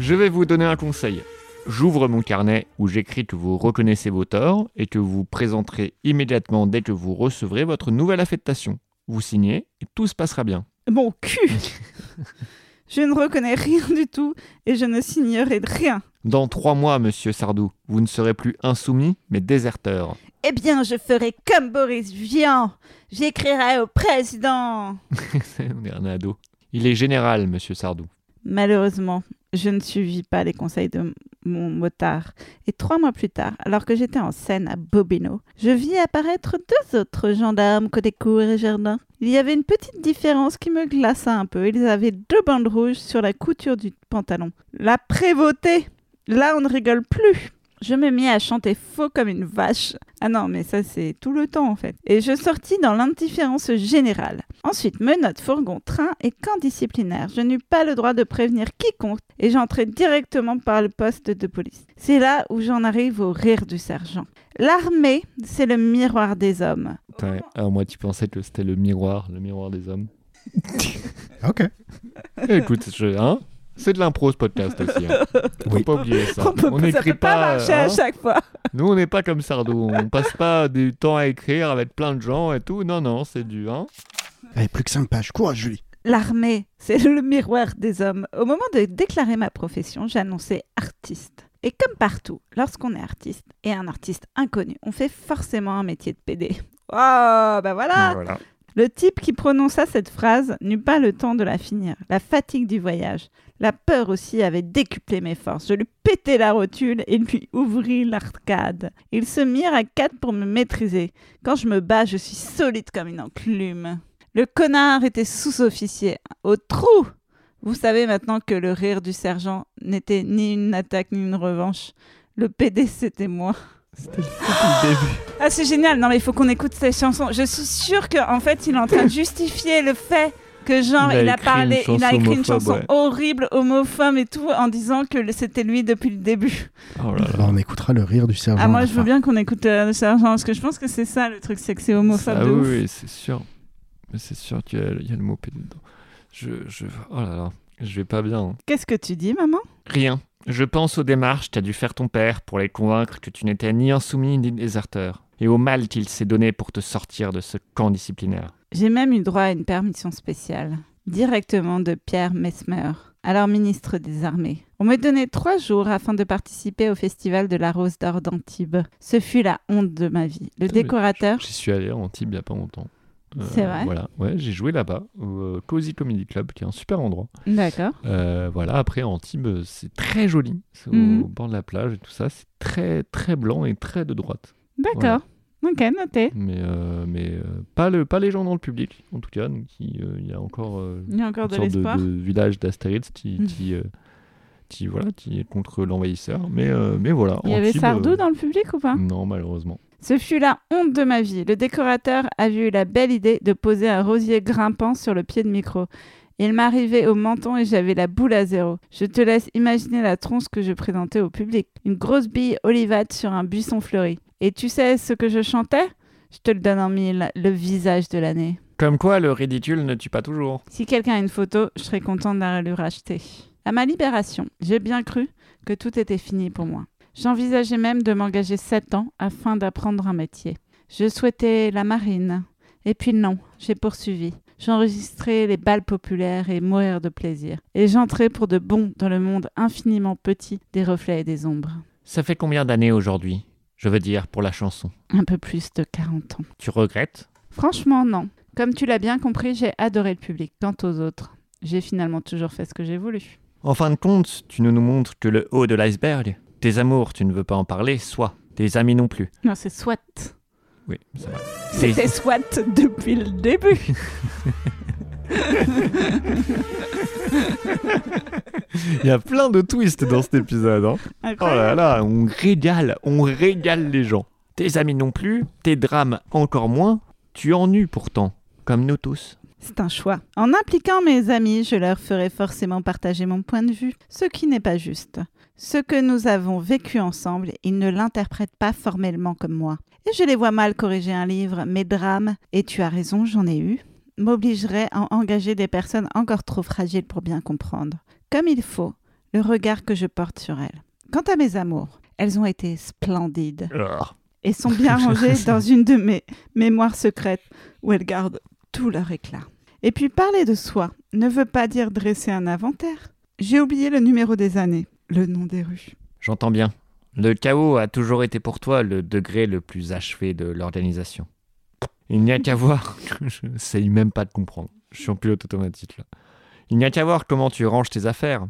B: Je vais vous donner un conseil. J'ouvre mon carnet où j'écris que vous reconnaissez vos torts et que vous présenterez immédiatement dès que vous recevrez votre nouvelle affectation. Vous signez et tout se passera bien.
A: Mon cul Je ne reconnais rien du tout et je ne signerai rien.
B: Dans trois mois, monsieur Sardou, vous ne serez plus insoumis, mais déserteur.
A: Eh bien, je ferai comme Boris Vian. J'écrirai au président.
B: On est un ado. Il est général, monsieur Sardou.
A: Malheureusement, je ne suivis pas les conseils de m- mon motard. Et trois mois plus tard, alors que j'étais en scène à Bobino, je vis apparaître deux autres gendarmes côté cour et jardin. Il y avait une petite différence qui me glaça un peu. Ils avaient deux bandes rouges sur la couture du pantalon. La prévôté Là, on ne rigole plus je me mis à chanter faux comme une vache. Ah non, mais ça c'est tout le temps en fait. Et je sortis dans l'indifférence générale. Ensuite, menottes, fourgon, train et camp disciplinaire. Je n'eus pas le droit de prévenir quiconque et j'entrai directement par le poste de police. C'est là où j'en arrive au rire du sergent. L'armée, c'est le miroir des hommes.
B: Putain, alors moi, tu pensais que c'était le miroir, le miroir des hommes.
C: Ok.
B: Eh, Écoute, je- hein, c'est de l'impro ce podcast aussi. hein. Faut
C: Oui.
B: pas oublier ça.
A: peut
B: On
A: pas- ça
B: n'écrit
A: peut pas, marcher
B: hein.
A: à chaque fois.
B: Nous, on n'est pas comme Sardou. On passe pas du temps à écrire avec plein de gens et tout. Non, non, c'est du. Hein.
C: Allez, plus que 5 pages. Courage, Julie.
A: L'armée, c'est le miroir des hommes. Au moment de déclarer ma profession, j'annonçais artiste. Et comme partout, lorsqu'on est artiste et un artiste inconnu, on fait forcément un métier de PD. Oh, bah voilà
B: Voilà.
A: Le type qui prononça cette phrase n'eut pas le temps de la finir. La fatigue du voyage, la peur aussi avait décuplé mes forces. Je lui pétai la rotule et lui ouvris l'arcade. Ils se mirent à quatre pour me maîtriser. Quand je me bats, je suis solide comme une enclume. Le connard était sous-officier. Au trou Vous savez maintenant que le rire du sergent n'était ni une attaque ni une revanche. Le PD, c'était moi.
B: C'était le fucking début.
A: Ah, c'est génial. Non, mais il faut qu'on écoute ces chansons. Je suis sûre qu'en fait, il est en train de justifier le fait que, genre,
B: Il a
A: il a,
B: écrit
A: parlé,
B: une
A: il a
B: chanson
A: écrit une
B: homophobe,
A: chanson
B: ouais.
A: horrible, homophobe et tout, en disant que le- c'était lui depuis le début.
B: Oh là
C: Bah,
B: là.
C: on écoutera le rire du sergent.
A: Ah,
C: à
A: moi,
C: la
A: je
C: fin.
A: veux bien qu'on écoute euh, le sergent, parce que je pense que c'est ça le truc, c'est que c'est homophobe
B: Ah
A: de
B: oui,
A: ouf.
B: oui, c'est sûr. Mais c'est sûr qu'il y, a- il y a le mot pédé dedans. Je, je, oh là là, je vais pas bien. hein.
A: Qu'est-ce que tu dis, maman
B: Rien. Je pense aux démarches qu'a dû faire ton père pour les convaincre que tu n'étais ni insoumis ni déserteur, et au mal qu'il s'est donné pour te sortir de ce camp disciplinaire.
A: J'ai même eu droit à une permission spéciale, directement de Pierre Messmer, alors ministre des Armées. On me donnait trois jours afin de participer au festival de la Rose d'Or d'Antibes. Ce fut la honte de ma vie. Le
B: Putain, mais
A: décorateur,
B: J'y suis allé en Antibes il y a pas longtemps. Euh,
A: C'est vrai
B: Voilà, ouais, j'ai joué là-bas, au euh, Cozy Comedy Club, qui est un super endroit.
A: d'accord.
B: Euh, voilà, après Antibes, c'est très joli. C'est
A: Mhm.
B: au bord de la plage et tout ça. C'est très, très blanc et très de droite.
A: D'accord. Ok, noté.
B: Mais, euh, mais euh, pas, le, pas les gens dans le public, en tout cas. Donc, il, euh, il y a encore euh,
A: Il y a encore de
B: une sorte
A: l'espoir.
B: de village d'Astérix qui,
A: Mhm.
B: qui, euh, qui, voilà, qui est contre l'envahisseur. Mais, euh, mais voilà.
A: Il y avait
B: Antibes,
A: Sardou
B: euh,
A: dans le public ou pas
B: Non, malheureusement.
A: Ce fut la honte de ma vie. Le décorateur a eu la belle idée de poser un rosier grimpant sur le pied de micro. Il m'arrivait au menton et j'avais la boule à zéro. Je te laisse imaginer la tronche que je présentais au public. Une grosse bille olivate sur un buisson fleuri. Et tu sais ce que je chantais Je te le donne en mille, le visage de l'année.
B: Comme quoi, le ridicule ne tue pas toujours.
A: Si quelqu'un a une photo, je serais content de la lui racheter. À ma libération, j'ai bien cru que tout était fini pour moi. J'envisageais même de m'engager 7 ans afin d'apprendre un métier. Je souhaitais la marine. Et puis non, j'ai poursuivi. J'enregistrais les balles populaires et mourir de plaisir. Et j'entrais pour de bon dans le monde infiniment petit des reflets et des ombres.
B: Ça fait combien d'années aujourd'hui Je veux dire, pour la chanson.
A: Un peu plus de 40 ans.
B: Tu regrettes
A: Franchement, non. Comme tu l'as bien compris, j'ai adoré le public. Quant aux autres, j'ai finalement toujours fait ce que j'ai voulu.
B: En fin de compte, tu ne nous montres que le haut de l'iceberg. Tes amours, tu ne veux pas en parler, soit. Tes amis non plus.
A: Non, c'est SWAT.
B: Oui, ça va.
A: C'était SWAT depuis le début.
B: Il y a plein de twists dans cet épisode. hein. Oh là là, on régale, on régale les gens. Tes amis non plus, tes drames encore moins. Tu en eus pourtant, comme nous tous.
A: C'est un choix. En impliquant mes amis, je leur ferai forcément partager mon point de vue, ce qui n'est pas juste. Ce que nous avons vécu ensemble, ils ne l'interprètent pas formellement comme moi. Et je les vois mal corriger un livre, mes drames, et tu as raison, j'en ai eu, m'obligerait à engager des personnes encore trop fragiles pour bien comprendre, comme il faut, le regard que je porte sur elles. Quant à mes amours, elles ont été splendides
B: Ah.
A: et sont bien rangées dans une de mes mémoires secrètes où elles gardent tout leur éclat. Et puis parler de soi ne veut pas dire dresser un inventaire. J'ai oublié le numéro des années, le nom des rues.
G: J'entends bien. Le chaos a toujours été pour toi le degré le plus achevé de l'organisation. Il n'y a qu'à voir. Je n'essaye même pas de comprendre. Je suis en pilote automatique là. Il n'y a qu'à voir comment tu ranges tes affaires.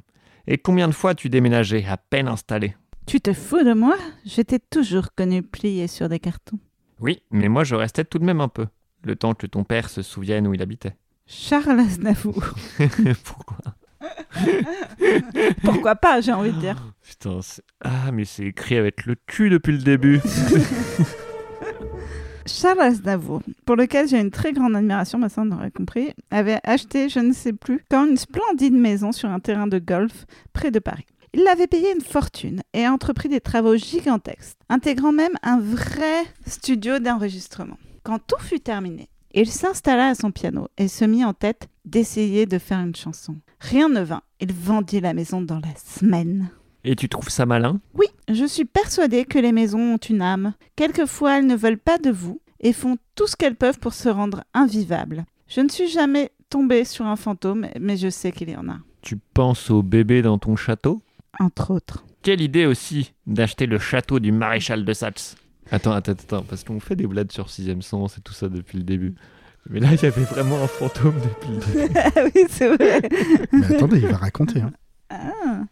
G: Et combien de fois tu déménageais à peine installé.
A: Tu te fous de moi Je t'ai toujours connu plié sur des cartons.
G: Oui, mais moi je restais tout de même un peu. Le temps que ton père se souvienne où il habitait.
A: Charles Aznavour.
G: Pourquoi
A: Pourquoi pas, j'ai envie de dire.
G: Putain, c'est- ah mais c'est écrit avec le cul depuis le début.
A: Charles Aznavour, pour lequel j'ai une très grande admiration, bah ça on aurait compris, avait acheté, je ne sais plus, quand une splendide maison sur un terrain de golf près de Paris. Il l'avait payé une fortune et a entrepris des travaux gigantesques, intégrant même un vrai studio d'enregistrement. Quand tout fut terminé, il s'installa à son piano et se mit en tête d'essayer de faire une chanson. Rien ne vint, il vendit la maison dans la semaine.
G: Et tu trouves ça malin
A: Oui, je suis persuadée que les maisons ont une âme. Quelquefois, elles ne veulent pas de vous et font tout ce qu'elles peuvent pour se rendre invivables. Je ne suis jamais tombée sur un fantôme, mais je sais qu'il y en a.
G: Tu penses au bébé dans ton château
A: Entre autres.
G: Quelle idée aussi d'acheter le château du maréchal de Saxe. Attends, attends, attends, parce qu'on fait des blagues sur sixième sens et tout ça depuis le début. Mais là, il y avait vraiment un fantôme depuis le début.
A: Ah oui, c'est vrai.
C: Mais attendez, il va raconter. hein.
A: Ah.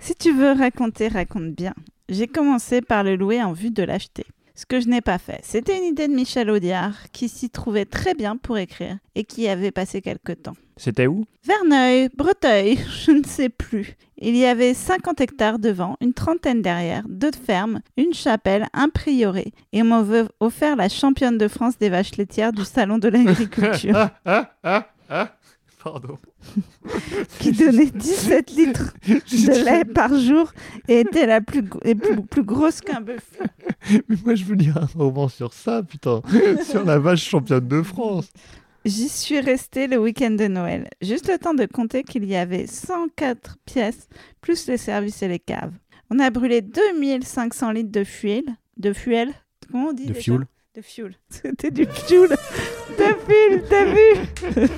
A: Si tu veux raconter, raconte bien. J'ai commencé par le louer en vue de l'acheter. Ce que je n'ai pas fait, c'était une idée de Michel Audiard, qui s'y trouvait très bien pour écrire et qui y avait passé quelque temps.
G: C'était où
A: Verneuil, Breteuil, je ne sais plus. Il y avait 50 hectares devant, une trentaine derrière, deux fermes, une chapelle, un prieuré, et on m'avait offert la championne de France des vaches laitières du salon de l'agriculture,
G: Ah, ah, ah, ah. Pardon.
A: qui donnait 17 litres de lait par jour et était la plus, gro- et plus, plus grosse qu'un bœuf.
B: Mais moi, je veux lire un roman sur ça, putain. sur la vache championne de France.
A: J'y suis restée le week-end de Noël, juste le temps de compter qu'il y avait 104 pièces, plus les services et les caves. On a brûlé 2500 litres de fuel. De fuel Comment on dit
C: De
A: déjà
C: fuel.
A: De fuel. C'était du fuel. De fuel, t'as vu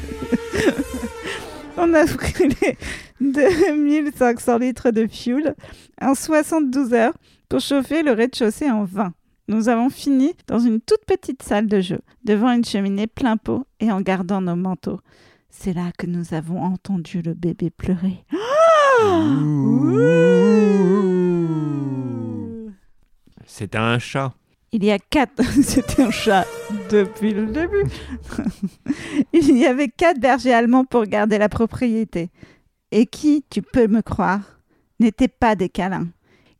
A: On a brûlé 2500 litres de fuel en 72 heures pour chauffer le rez-de-chaussée en 20. Nous avons fini dans une toute petite salle de jeu, devant une cheminée plein pot et en gardant nos manteaux. C'est là que nous avons entendu le bébé pleurer. Ah Ouh
G: C'était un chat.
A: Il y a quatre. C'était un chat depuis le début. Il y avait quatre bergers allemands pour garder la propriété. Et qui, tu peux me croire, n'étaient pas des câlins.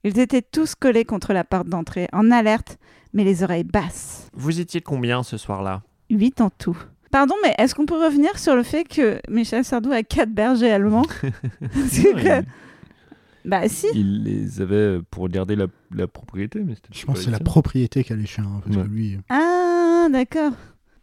A: Ils étaient tous collés contre la porte d'entrée, en alerte, mais les oreilles basses.
G: Vous étiez combien ce soir-là
A: 8 en tout. Pardon, mais est-ce qu'on peut revenir sur le fait que Michel Sardou a quatre bergers allemands C'est que- Bah si,
G: Il les
B: euh,
G: avait pour garder la, propriété, mais c'était.
C: Je pense que c'est la propriété qui a les chiens. hein, parce
G: Ouais.
C: que lui,
A: Ah, d'accord.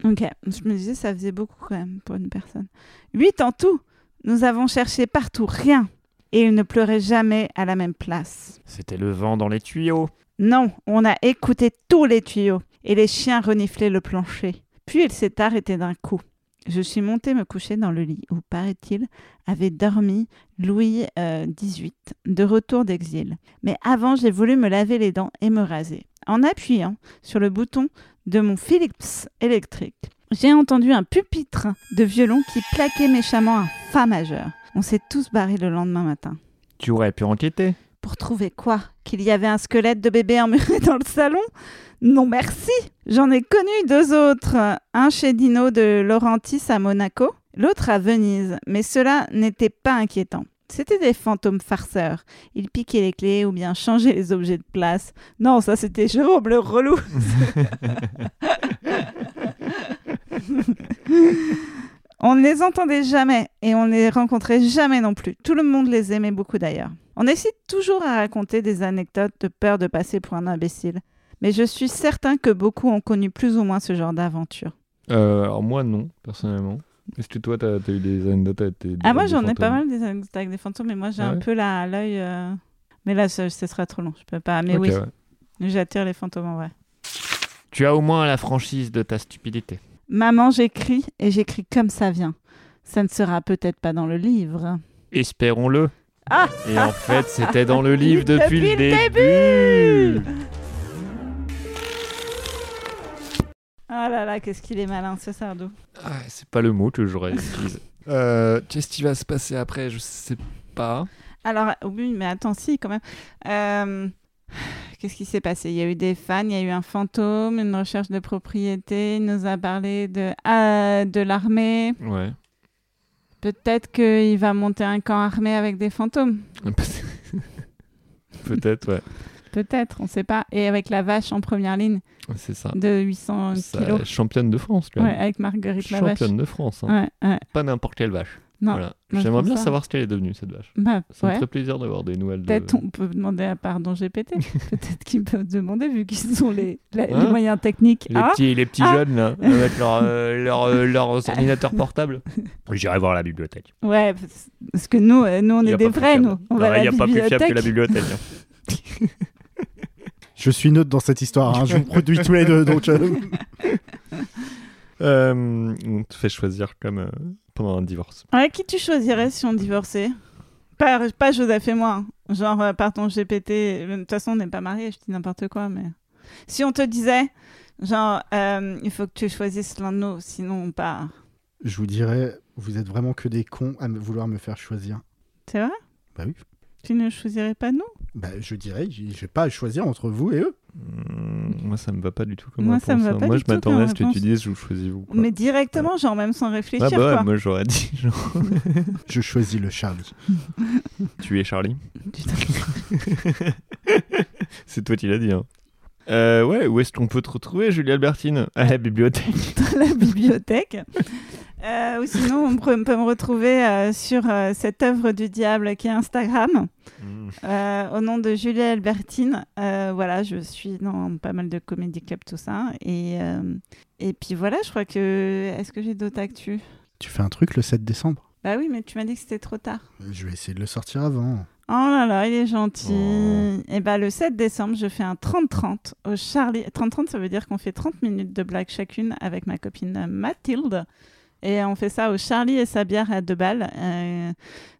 A: Ok, je me disais, ça faisait beaucoup quand même pour une personne. Huit en tout. Nous avons cherché partout, rien. Et il ne pleurait jamais à la même place.
G: C'était le vent dans les tuyaux.
A: Non, on a écouté tous les tuyaux. Et les chiens reniflaient le plancher. Puis il s'est arrêté d'un coup. Je suis montée me coucher dans le lit où, paraît-il, avait dormi Louis euh, XVIII, de retour d'exil. Mais avant, j'ai voulu me laver les dents et me raser. En appuyant sur le bouton de mon Philips électrique, j'ai entendu un pupitre de violon qui plaquait méchamment un Fa majeur. On s'est tous barrés le lendemain matin.
G: Tu aurais pu enquêter.
A: Pour trouver quoi Qu'il y avait un squelette de bébé emmuré dans le salon Non merci J'en ai connu deux autres, un chez Dino de Laurentis à Monaco, l'autre à Venise, mais cela n'était pas inquiétant. C'était des fantômes farceurs. Ils piquaient les clés ou bien changeaient les objets de place. Non, ça c'était Jérôme le relou. On ne les entendait jamais et on ne les rencontrait jamais non plus. Tout le monde les aimait beaucoup d'ailleurs. On hésite toujours à raconter des anecdotes de peur de passer pour un imbécile. Mais je suis certain que beaucoup ont connu plus ou moins ce genre d'aventure.
B: Euh, alors moi non, personnellement. Est-ce que toi, t'as as eu des anecdotes avec tes- des
A: Ah, moi
B: des
A: j'en ai pas mal
B: fantômes
A: des anecdotes avec des fantômes, mais moi j'ai
B: Ah
A: un
B: ouais
A: peu là à l'œil. euh, Mais là, ce, ce sera trop long, je peux pas. Mais
B: Ok,
A: oui,
B: ouais.
A: j'attire les fantômes en vrai.
I: Tu as au moins la franchise de ta stupidité.
A: Maman, j'écris et j'écris comme ça vient. Ça ne sera peut-être pas dans le livre.
I: Espérons-le.
A: Ah
I: Et en fait, c'était dans le livre
A: Depuis
I: depuis, le
A: le
I: début.
A: Ah là là, qu'est-ce qu'il est malin ce sardo.
I: Ah, c'est pas le mot que j'aurais utilisé. Euh, Qu'est-ce qui va se passer après Je sais pas.
A: Alors, oui, mais attends, si, quand même. Euh, Qu'est-ce qui s'est passé Il y a eu des fans, il y a eu un fantôme, une recherche de propriété. Il nous a parlé de, ah, de l'armée.
I: Ouais.
A: Peut-être qu'il va monter un camp armé avec des fantômes.
I: Peut-être, ouais.
A: Peut-être, on ne sait pas. Et avec la vache en première ligne
I: C'est ça.
A: de 800
I: Ça,
A: kilos.
I: championne de France, quand
A: Ouais,
I: même.
A: avec Marguerite la vache.
I: championne de France. hein.
A: Ouais, ouais.
I: Pas n'importe quelle vache.
A: Non,
I: Voilà.
A: moi, je
I: J'aimerais
A: pense
I: bien
A: ça.
I: savoir ce qu'elle est devenue, cette vache.
A: Bah,
I: Ça me
A: ouais.
I: ferait plaisir d'avoir des nouvelles de...
A: Peut-être on peut demander à Pardon GPT. Peut-être qu'ils peuvent demander, vu qu'ils ont les, la- les
I: Hein
A: moyens techniques.
I: Les
A: Ah,
I: petits, les petits
A: Ah.
I: jeunes, là, avec leur, euh, leur, euh, leurs ordinateurs portables. J'irai voir la bibliothèque.
A: ouais, parce- parce que nous, euh, nous on
I: Il y
A: est
I: a
A: des
I: pas plus
A: vrais,
I: fiable.
A: nous. On va à la bibliothèque.
I: bibliothèque.
C: Je suis neutre dans cette histoire. hein. Je vous produis tous les deux. Donc, euh,
B: Euh, on te fait choisir comme euh, pendant un divorce.
A: Ouais, qui tu choisirais si on divorçait pas, pas Joseph et moi. hein. Genre, euh, pardon, GPT. euh, De toute façon, on n'est pas mariés, je dis n'importe quoi. Mais si on te disait, genre, euh, il faut que tu choisisses l'un de nous, sinon on part.
C: je vous dirais, vous êtes vraiment que des cons à me- vouloir me faire choisir.
A: C'est vrai
C: Bah oui.
A: Tu ne choisirais pas nous
C: Bah, je dirais, j'ai j'ai pas à choisir entre vous et eux.
B: Hmm, moi, ça me va pas du tout comme
A: Moi,
B: réponse.
A: ça me va
B: hein.
A: pas
B: moi
A: du
B: je
A: tout
B: m'attendais à
A: comme
B: ce que tu
A: réponse.
B: dises, je vous choisis vous. quoi.
A: Mais directement, genre, même sans
B: ah
A: réfléchir.
B: bah ouais,
A: quoi.
B: moi j'aurais dit genre,
C: Je choisis le Charlie.
B: tu es Charlie.
A: Putain.
B: C'est toi qui l'as dit. Hein. Euh, ouais, où est-ce qu'on peut te retrouver, Julie Albertine À la bibliothèque.
A: dans la bibliothèque. Euh, ou sinon, on peut, on peut me retrouver euh, sur euh, cette œuvre du diable qui est Instagram, euh, au nom de Julie Albertine. Euh, voilà, je suis dans pas mal de comédie club, tout ça. Et, euh, et puis voilà, je crois que. Est-ce que j'ai d'autres actus
C: Tu fais un truc le 7 décembre
A: Bah oui, mais tu m'as dit que c'était trop tard.
C: Je vais essayer de le sortir avant.
A: Oh là là, il est gentil.
B: Oh.
A: Et bah le 7 décembre, je fais un 30-30 au Charlie. 30-30, ça veut dire qu'on fait 30 minutes de blagues chacune avec ma copine Mathilde. Et on fait ça au Charlie et sa bière à deux balles. Euh,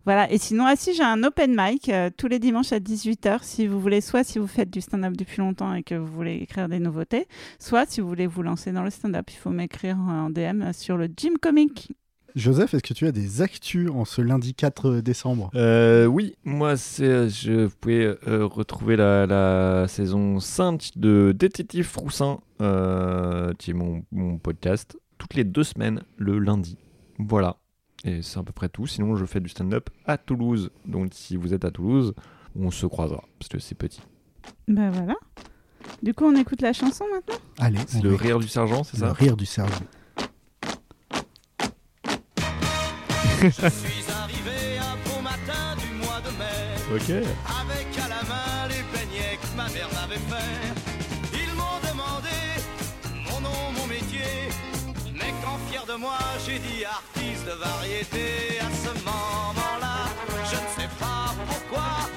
A: voilà. Et sinon, ah si, j'ai un open mic euh, tous les dimanches à 18h. Si vous voulez, soit si vous faites du stand-up depuis longtemps et que vous voulez écrire des nouveautés, soit si vous voulez vous lancer dans le stand-up, il faut m'écrire en DM sur le Gym Comic.
C: Joseph, est-ce que tu as des actus en ce lundi 4 décembre
B: Euh, oui, moi, c'est, euh, je, vous pouvez euh, retrouver la, la saison 5 de Détective Roussin, euh, qui est mon, mon podcast, toutes les deux semaines, le lundi. Voilà. Et c'est à peu près tout. Sinon, je fais du stand-up à Toulouse. Donc, si vous êtes à Toulouse, on se croisera, parce que c'est petit.
A: Ben voilà. Du coup, on écoute la chanson maintenant.
C: Allez,
B: C'est
C: on
B: le
C: écoute
B: rire du sergent, c'est
C: le
B: ça
C: rire du sergent.
B: Ok.
F: Avec à la main les beignets que ma mère m'avait fait. Ils m'ont demandé mon nom, mon métier. Mais quand fier de moi, j'ai dit artiste de variété. À ce moment-là, je ne sais pas pourquoi.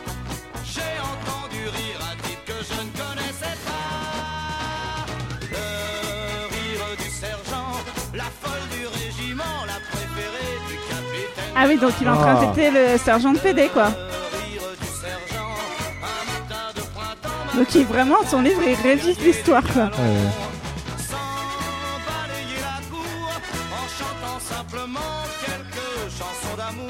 F: J'ai entendu rire un titre que je ne connaissais pas. Le rire du sergent, la folle du régiment, la préférée du capitaine.
A: Ah oui, donc il est en train de fêter le sergent de PD, quoi. Donc il, vraiment, son livre, il résiste l'histoire, quoi.
F: balayer la cour en chantant simplement quelques chansons d'amour.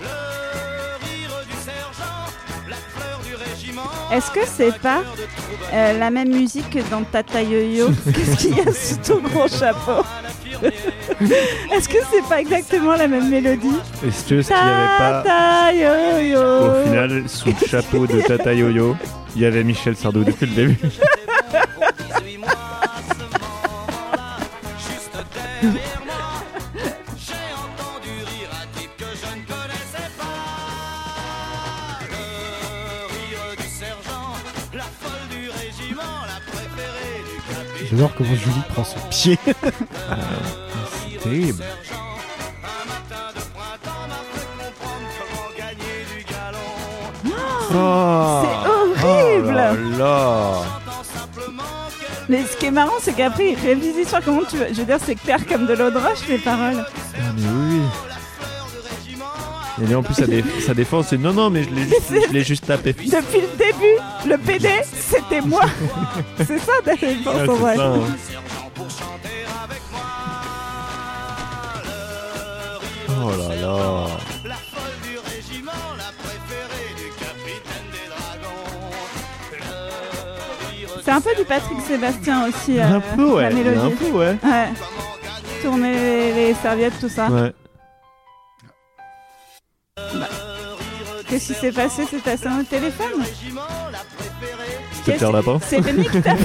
F: Le rire du sergent, la fleur du régiment.
A: Est-ce que c'est pas euh, la même musique que dans Tata Yo-Yo Qu'est-ce qu'il y a sous ton gros chapeau Est-ce que c'est pas exactement la même mélodie
B: Est-ce que s'il n'y avait pas,
A: Tata Yo-Yo
B: au final, sous le chapeau de Tata Yo-Yo, il y avait Michel Sardou depuis le début
F: Pour 18 mois, à ce moment-là,
J: derrière moi. J'ai entendu rire un type que je ne connaissais pas. Le rire du sergent, la folle du régiment, la préférée du capitaine.
C: J'adore comment Julie prend son pied.
J: C'est
B: terrible.
J: Un matin de printemps m'a fait comprendre comment gagner du galon.
A: Oh,
B: Ah.
A: C'est
B: Oh
A: horrible
J: Chantant simplement qu'elle
A: Mais ce qui est marrant, c'est qu'après, il révise l'histoire. Comment tu veux Je veux dire, c'est clair comme de l'eau de roche, les paroles.
B: Ah, mais oui, oui. Et lui, en plus, sa, dé- sa défense, c'est non, non, mais je l'ai juste, je l'ai juste tapé.
A: Depuis le début, le PD, c'était moi. c'est ça, David
B: Ah,
A: Benson,
B: c'est
A: ouais.
B: ça, hein.
J: sergent pour chanter avec moi. Le rire
B: Oh
J: du
B: là
J: sergent,
B: là.
J: La folle du régiment, la préférée du capitaine des dragons. Le rire
A: C'est un peu du
J: sergent,
A: Patrick Sébastien aussi.
B: Un
A: euh,
B: peu, ouais.
A: La
B: Un
A: mélodie.
B: peu, ouais.
A: Ouais,
J: comment gagner
A: tourner les, les serviettes, tout ça.
B: Ouais.
J: le rire du
A: Qu'est-ce qui s'est
J: sergent,
A: passé C'est ta sonné au téléphone
J: régiment, la préférée
B: C'était un lapin.
A: C'est Rémi qui t'a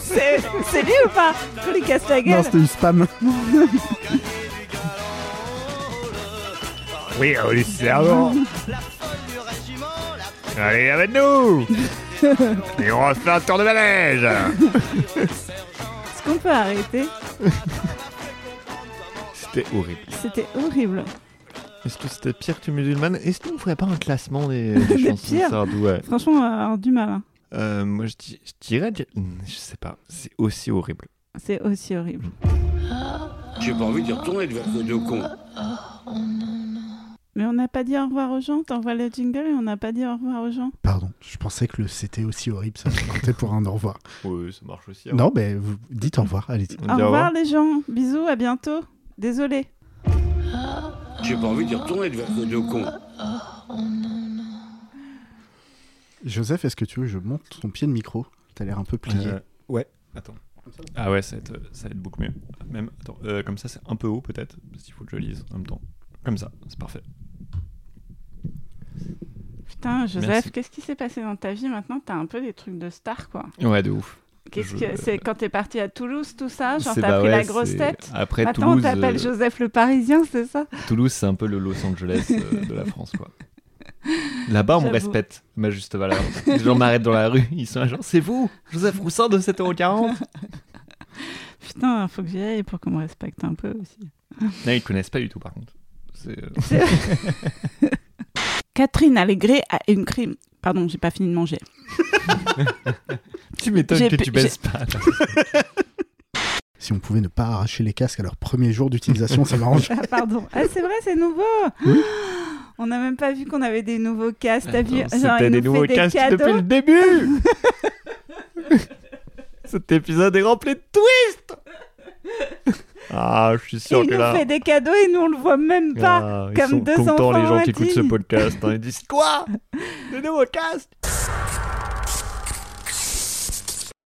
A: C'est c'est lui ou pas Qu'on lui casse la
C: non,
A: gueule
C: c'était du spam.
B: Oui, oui, servant. Allez, avec nous Et on refait un tour de manège
A: Est-ce qu'on peut arrêter
B: C'était horrible.
A: C'était horrible.
B: Est-ce que c'était pire que Musulman Est-ce qu'on ferait pas un classement des, des
A: Des
B: chansons
A: pires.
B: sardes Ouais.
A: Franchement, on va avoir du mal. hein.
B: Euh, moi, je, di- je dirais... di- Hmm, Je sais pas. C'est aussi horrible.
A: C'est aussi horrible.
F: J'ai pas envie d'y retourner devant ce deux cons.
A: Mais on n'a pas dit au revoir aux gens. T'envoies le jingle et on n'a pas dit au revoir aux gens.
C: Pardon, je pensais que le c'était aussi horrible, ça comptait pour un au revoir.
B: Oui, ça marche aussi. hein.
C: Non, mais vous dites au revoir, allez-y.
A: Au revoir les gens. Bisous, à bientôt. Désolé.
F: J'ai pas envie d'y retourner devant ce deux cons.
C: Joseph, est-ce que tu veux que je monte ton pied de micro T'as l'air un peu plié.
B: Euh, ouais, attends. Ah ouais, ça va, être, ça va être beaucoup mieux. Même, attends, euh, comme ça, c'est un peu haut peut-être, parce qu'il faut que je lise en même temps. Comme ça, c'est parfait.
A: Putain, Joseph,
B: Merci.
A: qu'est-ce qui s'est passé dans ta vie maintenant T'as un peu des trucs de star, quoi.
B: Ouais, de ouf.
A: Qu'est-ce
B: Je-
A: que c'est quand t'es parti à Toulouse, tout ça Ah, Genre
B: C'est-
A: t'as
B: bah
A: pris
B: ouais,
A: la grosse
B: c'est-
A: tête.
B: Après
A: Maintenant, on
B: Toulouse,
A: t'appelle
B: euh,
A: Joseph le Parisien, c'est ça
B: Toulouse, c'est un peu le Los Angeles euh, de la France, quoi. Là-bas, on
A: J'avoue.
B: respecte ma juste valeur. Les gens m'arrêtent dans la rue, ils sont là, genre, c'est vous, Joseph Roussin de 7,40€.
A: Putain, faut que j'y aille pour qu'on me respecte un peu aussi.
B: Non, ils connaissent pas du tout, par contre. C'est, euh,
A: Catherine Allégré a une crime. Pardon, j'ai pas fini de manger.
B: Tu m'étonnes
A: J'ai
B: que
A: pu-
B: tu baisses pas. là.
C: Si on pouvait ne pas arracher les casques à leur premier jour d'utilisation, ça m'arrange.
A: Ah, pardon. Ah, c'est vrai, c'est nouveau. On n'a même pas vu qu'on avait des nouveaux casques. T'as vu
B: Ah C'était
A: Ah, Genre, il
B: des
A: nous
B: nouveaux
A: fait des
B: casques
A: cadeaux.
B: depuis le début Cet épisode est rempli de twists Ah, je suis sûr
A: Il
B: que
A: nous
B: là...
A: fait des cadeaux et nous on le voit même pas.
B: Ah,
A: comme
B: ils sont
A: deux
B: contents les
A: enfants
B: gens qui écoutent ce
A: indignes.
B: podcast. hein. Ils disent quoi De nouveaux castes